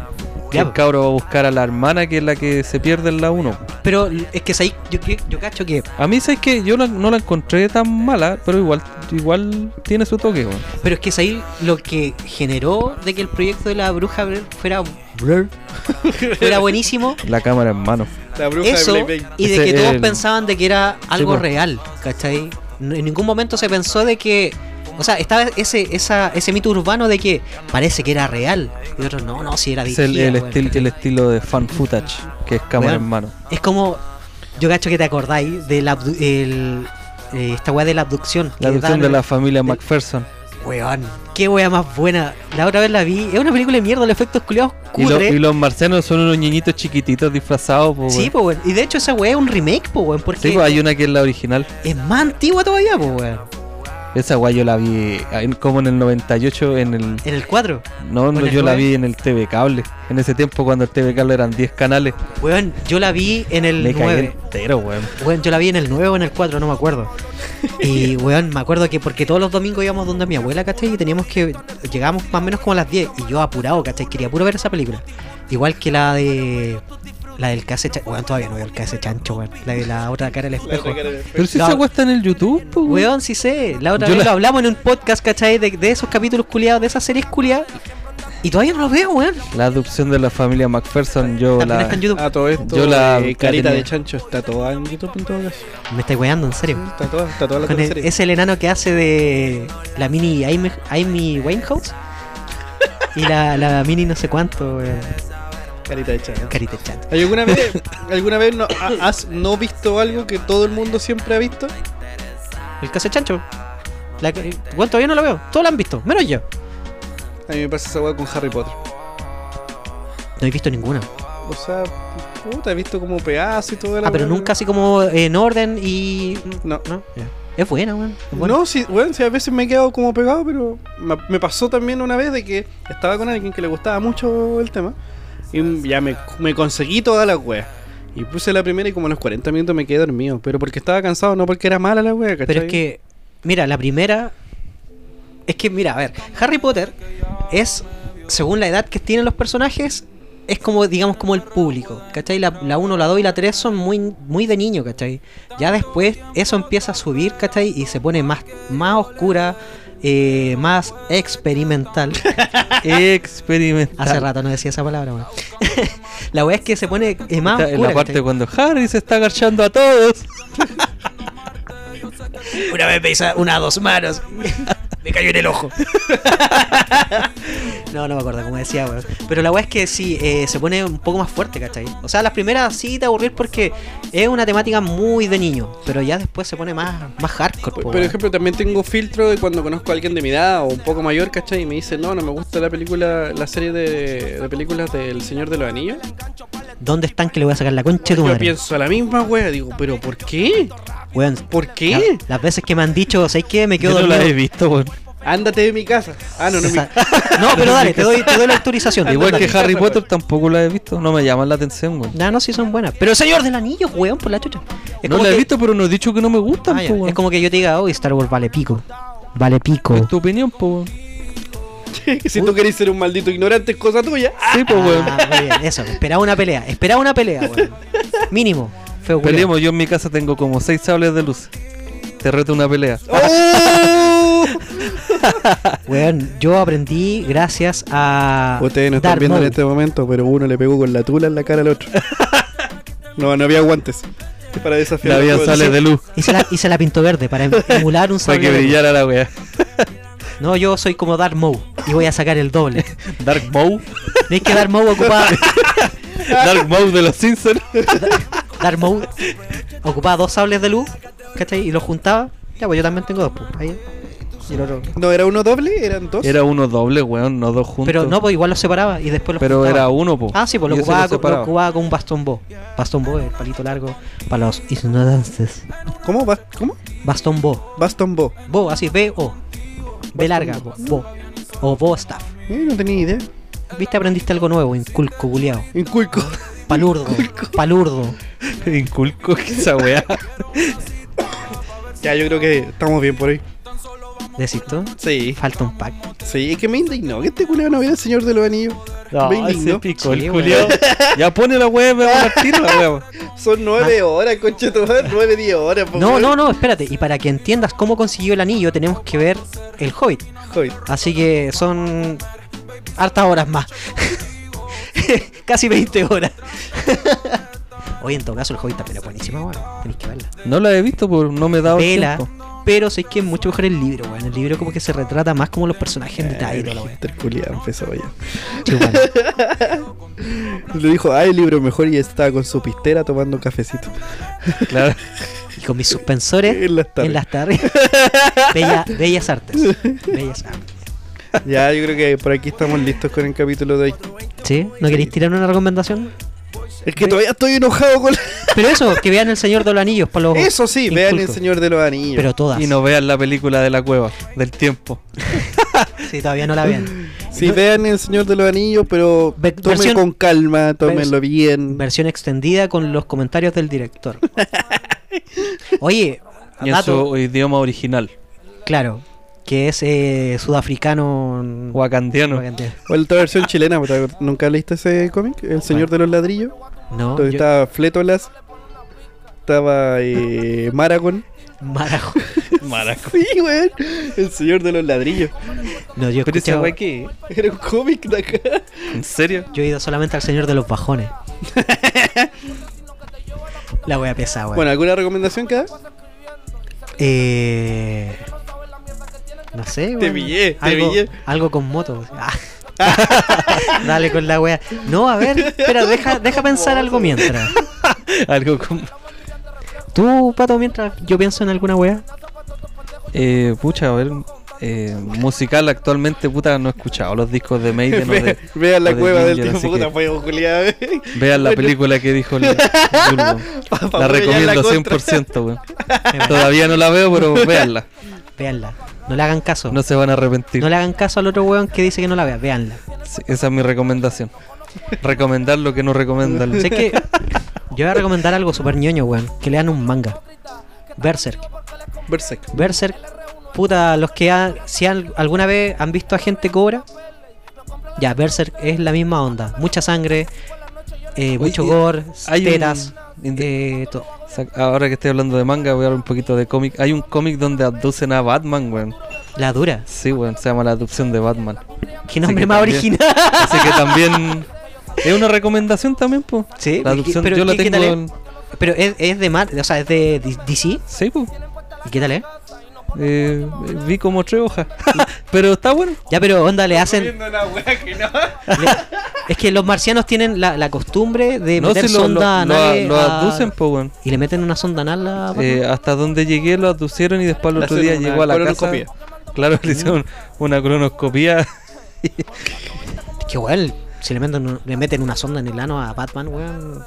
C: Que
A: Ya,
C: el
A: po.
C: cabro va a buscar a la hermana que es la que se pierde en la 1.
A: Pero es que ahí yo, yo, yo cacho que.
C: A mí, sabes que yo no, no la encontré tan mala, pero igual igual tiene su toque. weón.
A: Pero es que ahí lo que generó de que el proyecto de la Bruja Blair fuera. Blair, fuera buenísimo.
C: La cámara en mano.
B: La bruja
A: eso
B: de Blade.
A: y de
C: Ese
A: que
C: es
A: todos
C: el-
A: pensaban de que era algo
C: po.
A: real, ¿cachai? No- En ningún momento se pensó de que. O sea, estaba ese, esa, ese mito urbano de que parece que era real. Y otros, no, no, si era
C: Es el,
A: dirigida,
C: el
A: weón,
C: estil-
A: ¿cachai?
C: el estilo de fan footage, que es cámara
A: Weón.
C: en mano.
A: Es como. Yo cacho que te acordáis de la abdu- el- eh, esta weá de la abducción. que
C: La
A: daban
C: adopción
A: en
C: de
A: el-
C: la familia
A: del-
C: McPherson.
A: Weón, qué wea más buena. La otra vez la vi. Es una película de mierda, los efectos culiados
C: Y, lo-
A: cutre.
C: y los marcianos son unos niñitos chiquititos disfrazados, po,
A: Sí,
C: weón.
A: pues, weón. Y de hecho, esa wea es un remake, pues, weón. Porque
C: Sí, po, hay una que es la original.
A: es más antigua todavía, pues, weón.
C: Esa guay yo la vi eh, en- como en el 98 en el...
A: En el 4.
C: No,
A: ¿O
C: no,
A: en el
C: yo la
A: nueve?
C: vi en el TV Cable. En ese tiempo cuando el TV Cable eran 10 canales.
A: Weón, yo la vi en el
C: Me cagué
A: 9.
C: entero, weón.
A: Weón, yo la vi en el 9 o en el 4, no me acuerdo. Y weón, me acuerdo que porque todos los domingos íbamos donde mi abuela, ¿cachai? Y teníamos que. Llegábamos más o menos como a las 10. Y yo apurado, ¿cachai? Quería puro ver esa película. Igual que la de. La del case chancho. Weón, todavía no veo el case chancho, weón. La de la otra cara del espejo.
C: Pero si
A: No.
C: esa guay está en el YouTube, po, weón.
A: Weón, sí sé. La otra
C: Yo
A: vez
C: la-
A: lo hablamos en un podcast, ¿cachai? De, de esos capítulos culiados, de esas series culiadas. Y todavía no lo veo, weón.
C: La adopción de la familia McPherson, yo
A: También
C: la...
A: está en YouTube.
B: A todo esto,
C: Yo la-
B: eh,
C: la
B: carita
C: tenía.
B: de chancho está toda en YouTube en todo caso.
A: Me estáis weando, en serio.
B: Está toda, está toda la
A: Con el-
B: serie.
A: es el enano que hace de la mini Amy, Amy Winehouse y la, la mini no sé cuánto, eh,
B: Carita de chancho.
A: Carita Chat.
B: ¿Hay ¿Alguna vez, alguna vez no, ha- has no visto algo que todo el mundo siempre ha visto?
A: El caso de Chancho. La, que- bueno, todavía no lo veo. Todos lo han visto, menos yo.
B: A mí me pasa esa weá con Harry Potter.
A: No he visto ninguna.
B: O sea, puta, he visto como pedazos y todo.
A: Ah, pero nunca así como en orden y.
B: No.
A: No. Es buena, weón. es buena.
B: No, sí, bueno, sí, a veces me he quedado como pegado, pero me, me pasó también una vez de que estaba con alguien que le gustaba mucho el tema y ya me, me conseguí toda la wea. Y puse la primera y como a los 40 minutos me quedé dormido, pero porque estaba cansado, no porque era mala la wea, ¿cachai?
A: Pero es que, mira, la primera. Es que, mira, a ver, Harry Potter es, según la edad que tienen los personajes, es como, digamos, como el público, ¿cachai? La 1, la 2 y la 3 son muy, muy de niño, ¿cachai? Ya después eso empieza a subir, ¿cachai? Y se pone más, más oscura, eh, más experimental.
C: Experimental.
A: Hace rato no decía esa palabra, weón. La weá es que se pone eh, más
C: Está
A: oscura.
C: en la parte
A: ¿cachai?
C: cuando Harry se está agachando a todos.
A: Una vez me hizo una a dos manos. me cayó en el ojo. no, no me acuerdo cómo decía, weón. Pero la weá es que sí, eh, se pone un poco más fuerte, ¿cachai? O sea, las primeras sí te aburrir porque es una temática muy de niño. Pero ya después se pone más, más hardcore, po,
B: Por
A: weón.
B: ejemplo, también tengo filtro de cuando conozco a alguien de mi edad o un poco mayor, ¿cachai? Y me dice, no, no me gusta la película, la serie de, de películas del Señor de los Anillos.
A: ¿Dónde están que le voy a sacar la concha de tu
B: Yo
A: madre?
B: pienso la misma wea, digo, pero ¿por qué?
A: Weón,
B: ¿Por
A: la-
B: qué?
A: las veces que me han dicho, ¿sabes qué? Me
C: Yo
A: quedo
C: no la
A: dormido.
C: he visto, weón.
B: Ándate de mi casa. Ah, no, no, mi-
A: Esa- no, pero dale, te doy, te doy la autorización.
C: Igual que
A: dale.
C: Harry Potter tampoco la he visto. No me llaman la atención, weón.
A: No, no, sí son buenas. Pero el señor del anillo, weón, por la chucha. Es
C: No
A: como
C: la he
A: que-
C: visto, pero no he dicho que no me gustan,
A: Ah, ya.
C: po, weón.
A: Es como que yo te diga, oh, Star Wars vale pico. Vale pico.
C: Es tu opinión, po, weón.
B: si tú querés ser un maldito ignorante, es cosa tuya.
C: Sí, po, weón.
A: Ah, muy bien, eso, esperaba una pelea, esperaba una pelea, weón. Mínimo, feo culiao.
C: Peleemos, yo en mi casa tengo como seis sables de luz. Te reto una pelea.
B: ¡Oh!
A: Weón, yo aprendí gracias a.
B: Ah. Ustedes no
A: Darth
B: están viendo en
A: Maul.
B: este momento, pero uno le pegó con la tula en la cara al otro. No, no había guantes. Para desafiar
C: La vida sale de luz.
A: Hice la, hice la pinto verde para em- emular un
C: Para
A: sable
C: que
A: de luz.
C: brillara la wea.
A: No, yo soy como Dark Moe y voy a sacar el doble.
C: Dark Moe.
A: No es que Dark Moe ocupaba,
C: Dark Moe de los Simpsons.
A: Darth Maul ocupaba dos sables de luz, ¿cachai? Y los juntaba. Ya, pues yo también tengo dos, pues. Ahí. Y el otro.
B: No, era uno doble, eran dos.
C: Era uno doble, weón, no dos juntos.
A: Pero no, pues igual los separaba y después los
C: Pero
A: juntaba.
C: era uno, po.
A: Ah, sí, pues lo
C: Y ese lo
A: ocupaba, con, lo
C: separaba.
A: ocupaba con un bastón bo. Bastón bo, el palito largo para los ignorantes.
B: ¿Cómo? Bas- ¿Cómo?
A: Bastón bo.
B: Baston Bo.
A: Bo, así, B-O. B larga, bo. bo. O bo staff.
B: Eh, no tenía idea.
A: Viste, aprendiste algo nuevo, inculco, culiao.
B: Inculco.
A: Palurdo, palurdo.
C: Inculco que esa weá.
B: ya, yo creo que estamos bien por ahí.
A: ¿Decito?
B: Sí.
A: Falta un pack.
B: Sí, es que me indignó que este culero no viera el Señor de los Anillos. me indignó.
C: picó
A: Sí,
C: el
A: weón.
C: culiao. Ya pone la weá, me va a partir la weá.
B: Son nueve horas, conche tu madre, nueve, diez horas. po,
A: No,
B: weón.
A: no, no, espérate. Y para que entiendas cómo consiguió el anillo, tenemos que ver el Hobbit.
B: Joder.
A: Así que son hartas horas más. Casi 20 horas. Oye, en todo caso, el Hobbit también es buenísima, weón. Tenéis que verla.
C: No la he visto, por no me he dado el
A: Vela.
C: tiempo.
A: Pero sé que es mucho mejor el libro, weón. El libro como que se retrata más como los personajes
B: Eh,
A: en detalle. y toda la weá.
B: Hipster culiado empezó ya.
A: Chupando.
B: Le dijo, ay, el libro mejor y estaba con su pistera tomando un cafecito.
C: Claro.
A: Y con mis suspensores
B: En las tardes.
A: en las tardes. Bella- bellas artes. Bellas artes.
B: Ya, yo creo que por aquí estamos listos con el capítulo de hoy.
A: ¿Sí? ¿No queréis tirar una recomendación?
B: Es que todavía estoy enojado con...
A: Pero eso, que vean El Señor de los Anillos para los
B: Eso sí, vean El
A: incultos.
B: Señor de los Anillos.
A: Pero todas.
C: Y no vean la película de la cueva, del tiempo.
A: Sí, todavía no la vean.
B: Sí, vean El Señor de los Anillos, pero
A: Ve-
B: tomen
A: versión-
B: con calma, tómenlo bien.
A: Versión extendida con los comentarios del director. Oye,
C: Y en
A: dato,
C: su idioma original,
A: claro, que es eh, sudafricano.
C: wakandiano.
B: O la otra versión chilena, pero ¿nunca leíste ese cómic? El Señor de los Ladrillos.
A: No,
B: Donde
A: yo-
B: estaba Fletolas, estaba eh, Maragon.
A: Marajo.
C: Maraco.
B: Sí, weón. El Señor de los Ladrillos.
A: No, yo he
C: Pero esa
A: escuchado-
C: wea qué?
B: Era un cómic de acá.
C: ¿En serio?
A: Yo he ido solamente al señor de los bajones. La voy a pesar, weón.
B: Bueno, ¿alguna recomendación que das?
A: Eh, no sé, weón.
B: pillé, te
A: algo,
B: pillé.
A: Algo con moto. Ah. Dale con la wea. No, a ver, espera, deja, deja pensar algo mientras.
C: Algo como.
A: Tú, pato, mientras yo pienso en alguna wea.
C: Eh, pucha, a ver. eh, musical actualmente, puta, no he escuchado los discos de Maiden. o de-
B: Ve- vean la
C: o de
B: cueva del
C: Ginger,
B: tiempo.
C: así
B: Puta,
C: que
B: fue eh. culiado.
C: Vean la película que dijo el, Julbo.
B: Pa- pa-
C: La
B: pa- ya en la
C: recomiendo
B: contra.
C: 100%, weón. Todavía no la veo, pero véanla.
A: Veanla. No le hagan caso.
C: No
A: No,
C: se van a arrepentir.
A: le hagan caso al otro weón que dice que no la vea. Veanla.
C: Sí, esa es mi recomendación. Recomendar lo que no recomendan.
A: Sé que yo voy a recomendar algo super ñoño, weón. Que lean un manga. Berserk.
B: Berserk.
A: Berserk, puta, los que han- si han- alguna vez han visto a gente cobra, ya, Berserk es la misma onda. Mucha sangre, eh, mucho
C: y-
A: gore,
C: hay un-
A: tetas,
C: in-
A: eh, todo.
C: Sa- Ahora que estoy hablando de manga, voy a hablar un poquito de cómic. Hay un cómic donde abducen a Batman, weón.
A: La dura.
C: Sí, weón, se llama La abducción de Batman.
A: Qué nombre más
C: también.
A: original.
C: Así que también. Es una recomendación también, po.
A: Sí,
C: La
A: ¿y qué-
C: adopción,
A: pero
C: yo la
A: qué- qué
C: tengo.
A: tal
C: en-
A: Pero es, es de Mar- o sea, es de D- DC.
C: Sí, po.
A: ¿Y qué tal es?
C: Eh, vi como tres hojas. pero está bueno.
A: Ya, pero onda, le hacen.
B: Viendo una wea que no.
A: le- es que los marcianos tienen la, la costumbre de
C: No
A: Eh, meter
C: sé, lo, lo,
A: sonda
C: lo-
A: anal
C: lo
A: a- Ah,
C: abducen, po, weón.
A: Y le meten una sonda anal a Batman.
C: Eh, hasta donde llegué lo aducieron y después el
B: Le
C: otro
B: hacen
C: día
B: una
C: llegó a la casa.
B: colonoscopia.
C: Claro, le hicieron una cronoscopía.
A: Que weón, si le meten, un- le meten una sonda en el ano a Batman, weón.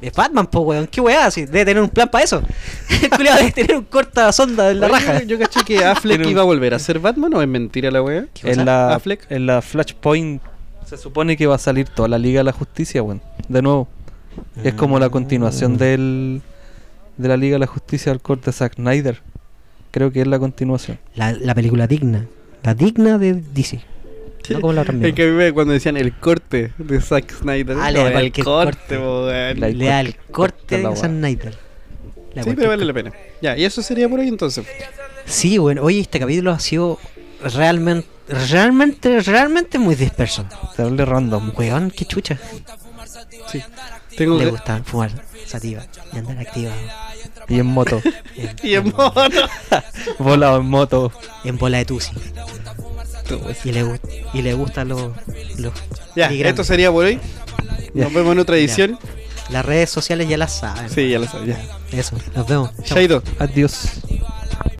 A: Es Batman, po, weón. ¿Qué weá? Si debe tener un plan para eso. El culiao debe tener un corta sonda en la raja.
B: Oye, Yo yo caché que Affleck
C: Pero-
B: iba a volver a ser Batman o es mentira la wea.
A: ¿Qué cosa?
C: En la,
B: ¿Affleck?
C: en la Flashpoint se supone que va a salir toda la Liga de la Justicia, weón. De nuevo. Es como la continuación del, de la Liga de la Justicia al corte Zack Snyder. Creo que es la continuación.
A: La, la película digna. La digna de DC. No como la otra
B: Es
A: mierda.
B: que a mí me- cuando decían el corte de Zack Snyder.
A: Ah, le
B: no,
A: da
B: el
A: cualquier
B: corte,
A: corte.
B: po, weón.
C: La-
A: Le da el
C: corta
A: corte
C: la
A: de
C: weá.
A: San Snyder. La
B: Sí,
A: cualquier
B: pero vale la pena. Ya, y eso sería por ahí entonces.
A: Sí, bueno, oye, este capítulo ha sido realmente, realmente, realmente muy disperso.
C: Darle random.
A: Weón, qué chucha.
B: Sí. Tengo
A: Le
B: que-
A: gusta fumar sativa y andar activa.
C: Y en moto.
B: Y es mono.
C: Volado en moto.
A: en bola de tusi. Y le, gu- y le gustan los, los
B: Ya,
A: miligramos.
B: esto sería por hoy.
C: Ya.
B: Nos vemos en otra edición.
A: Las redes sociales ya las saben.
B: Sí, ya lo sabes. Ya.
A: Eso, nos vemos. Chao.
B: Shaido.
C: Adiós.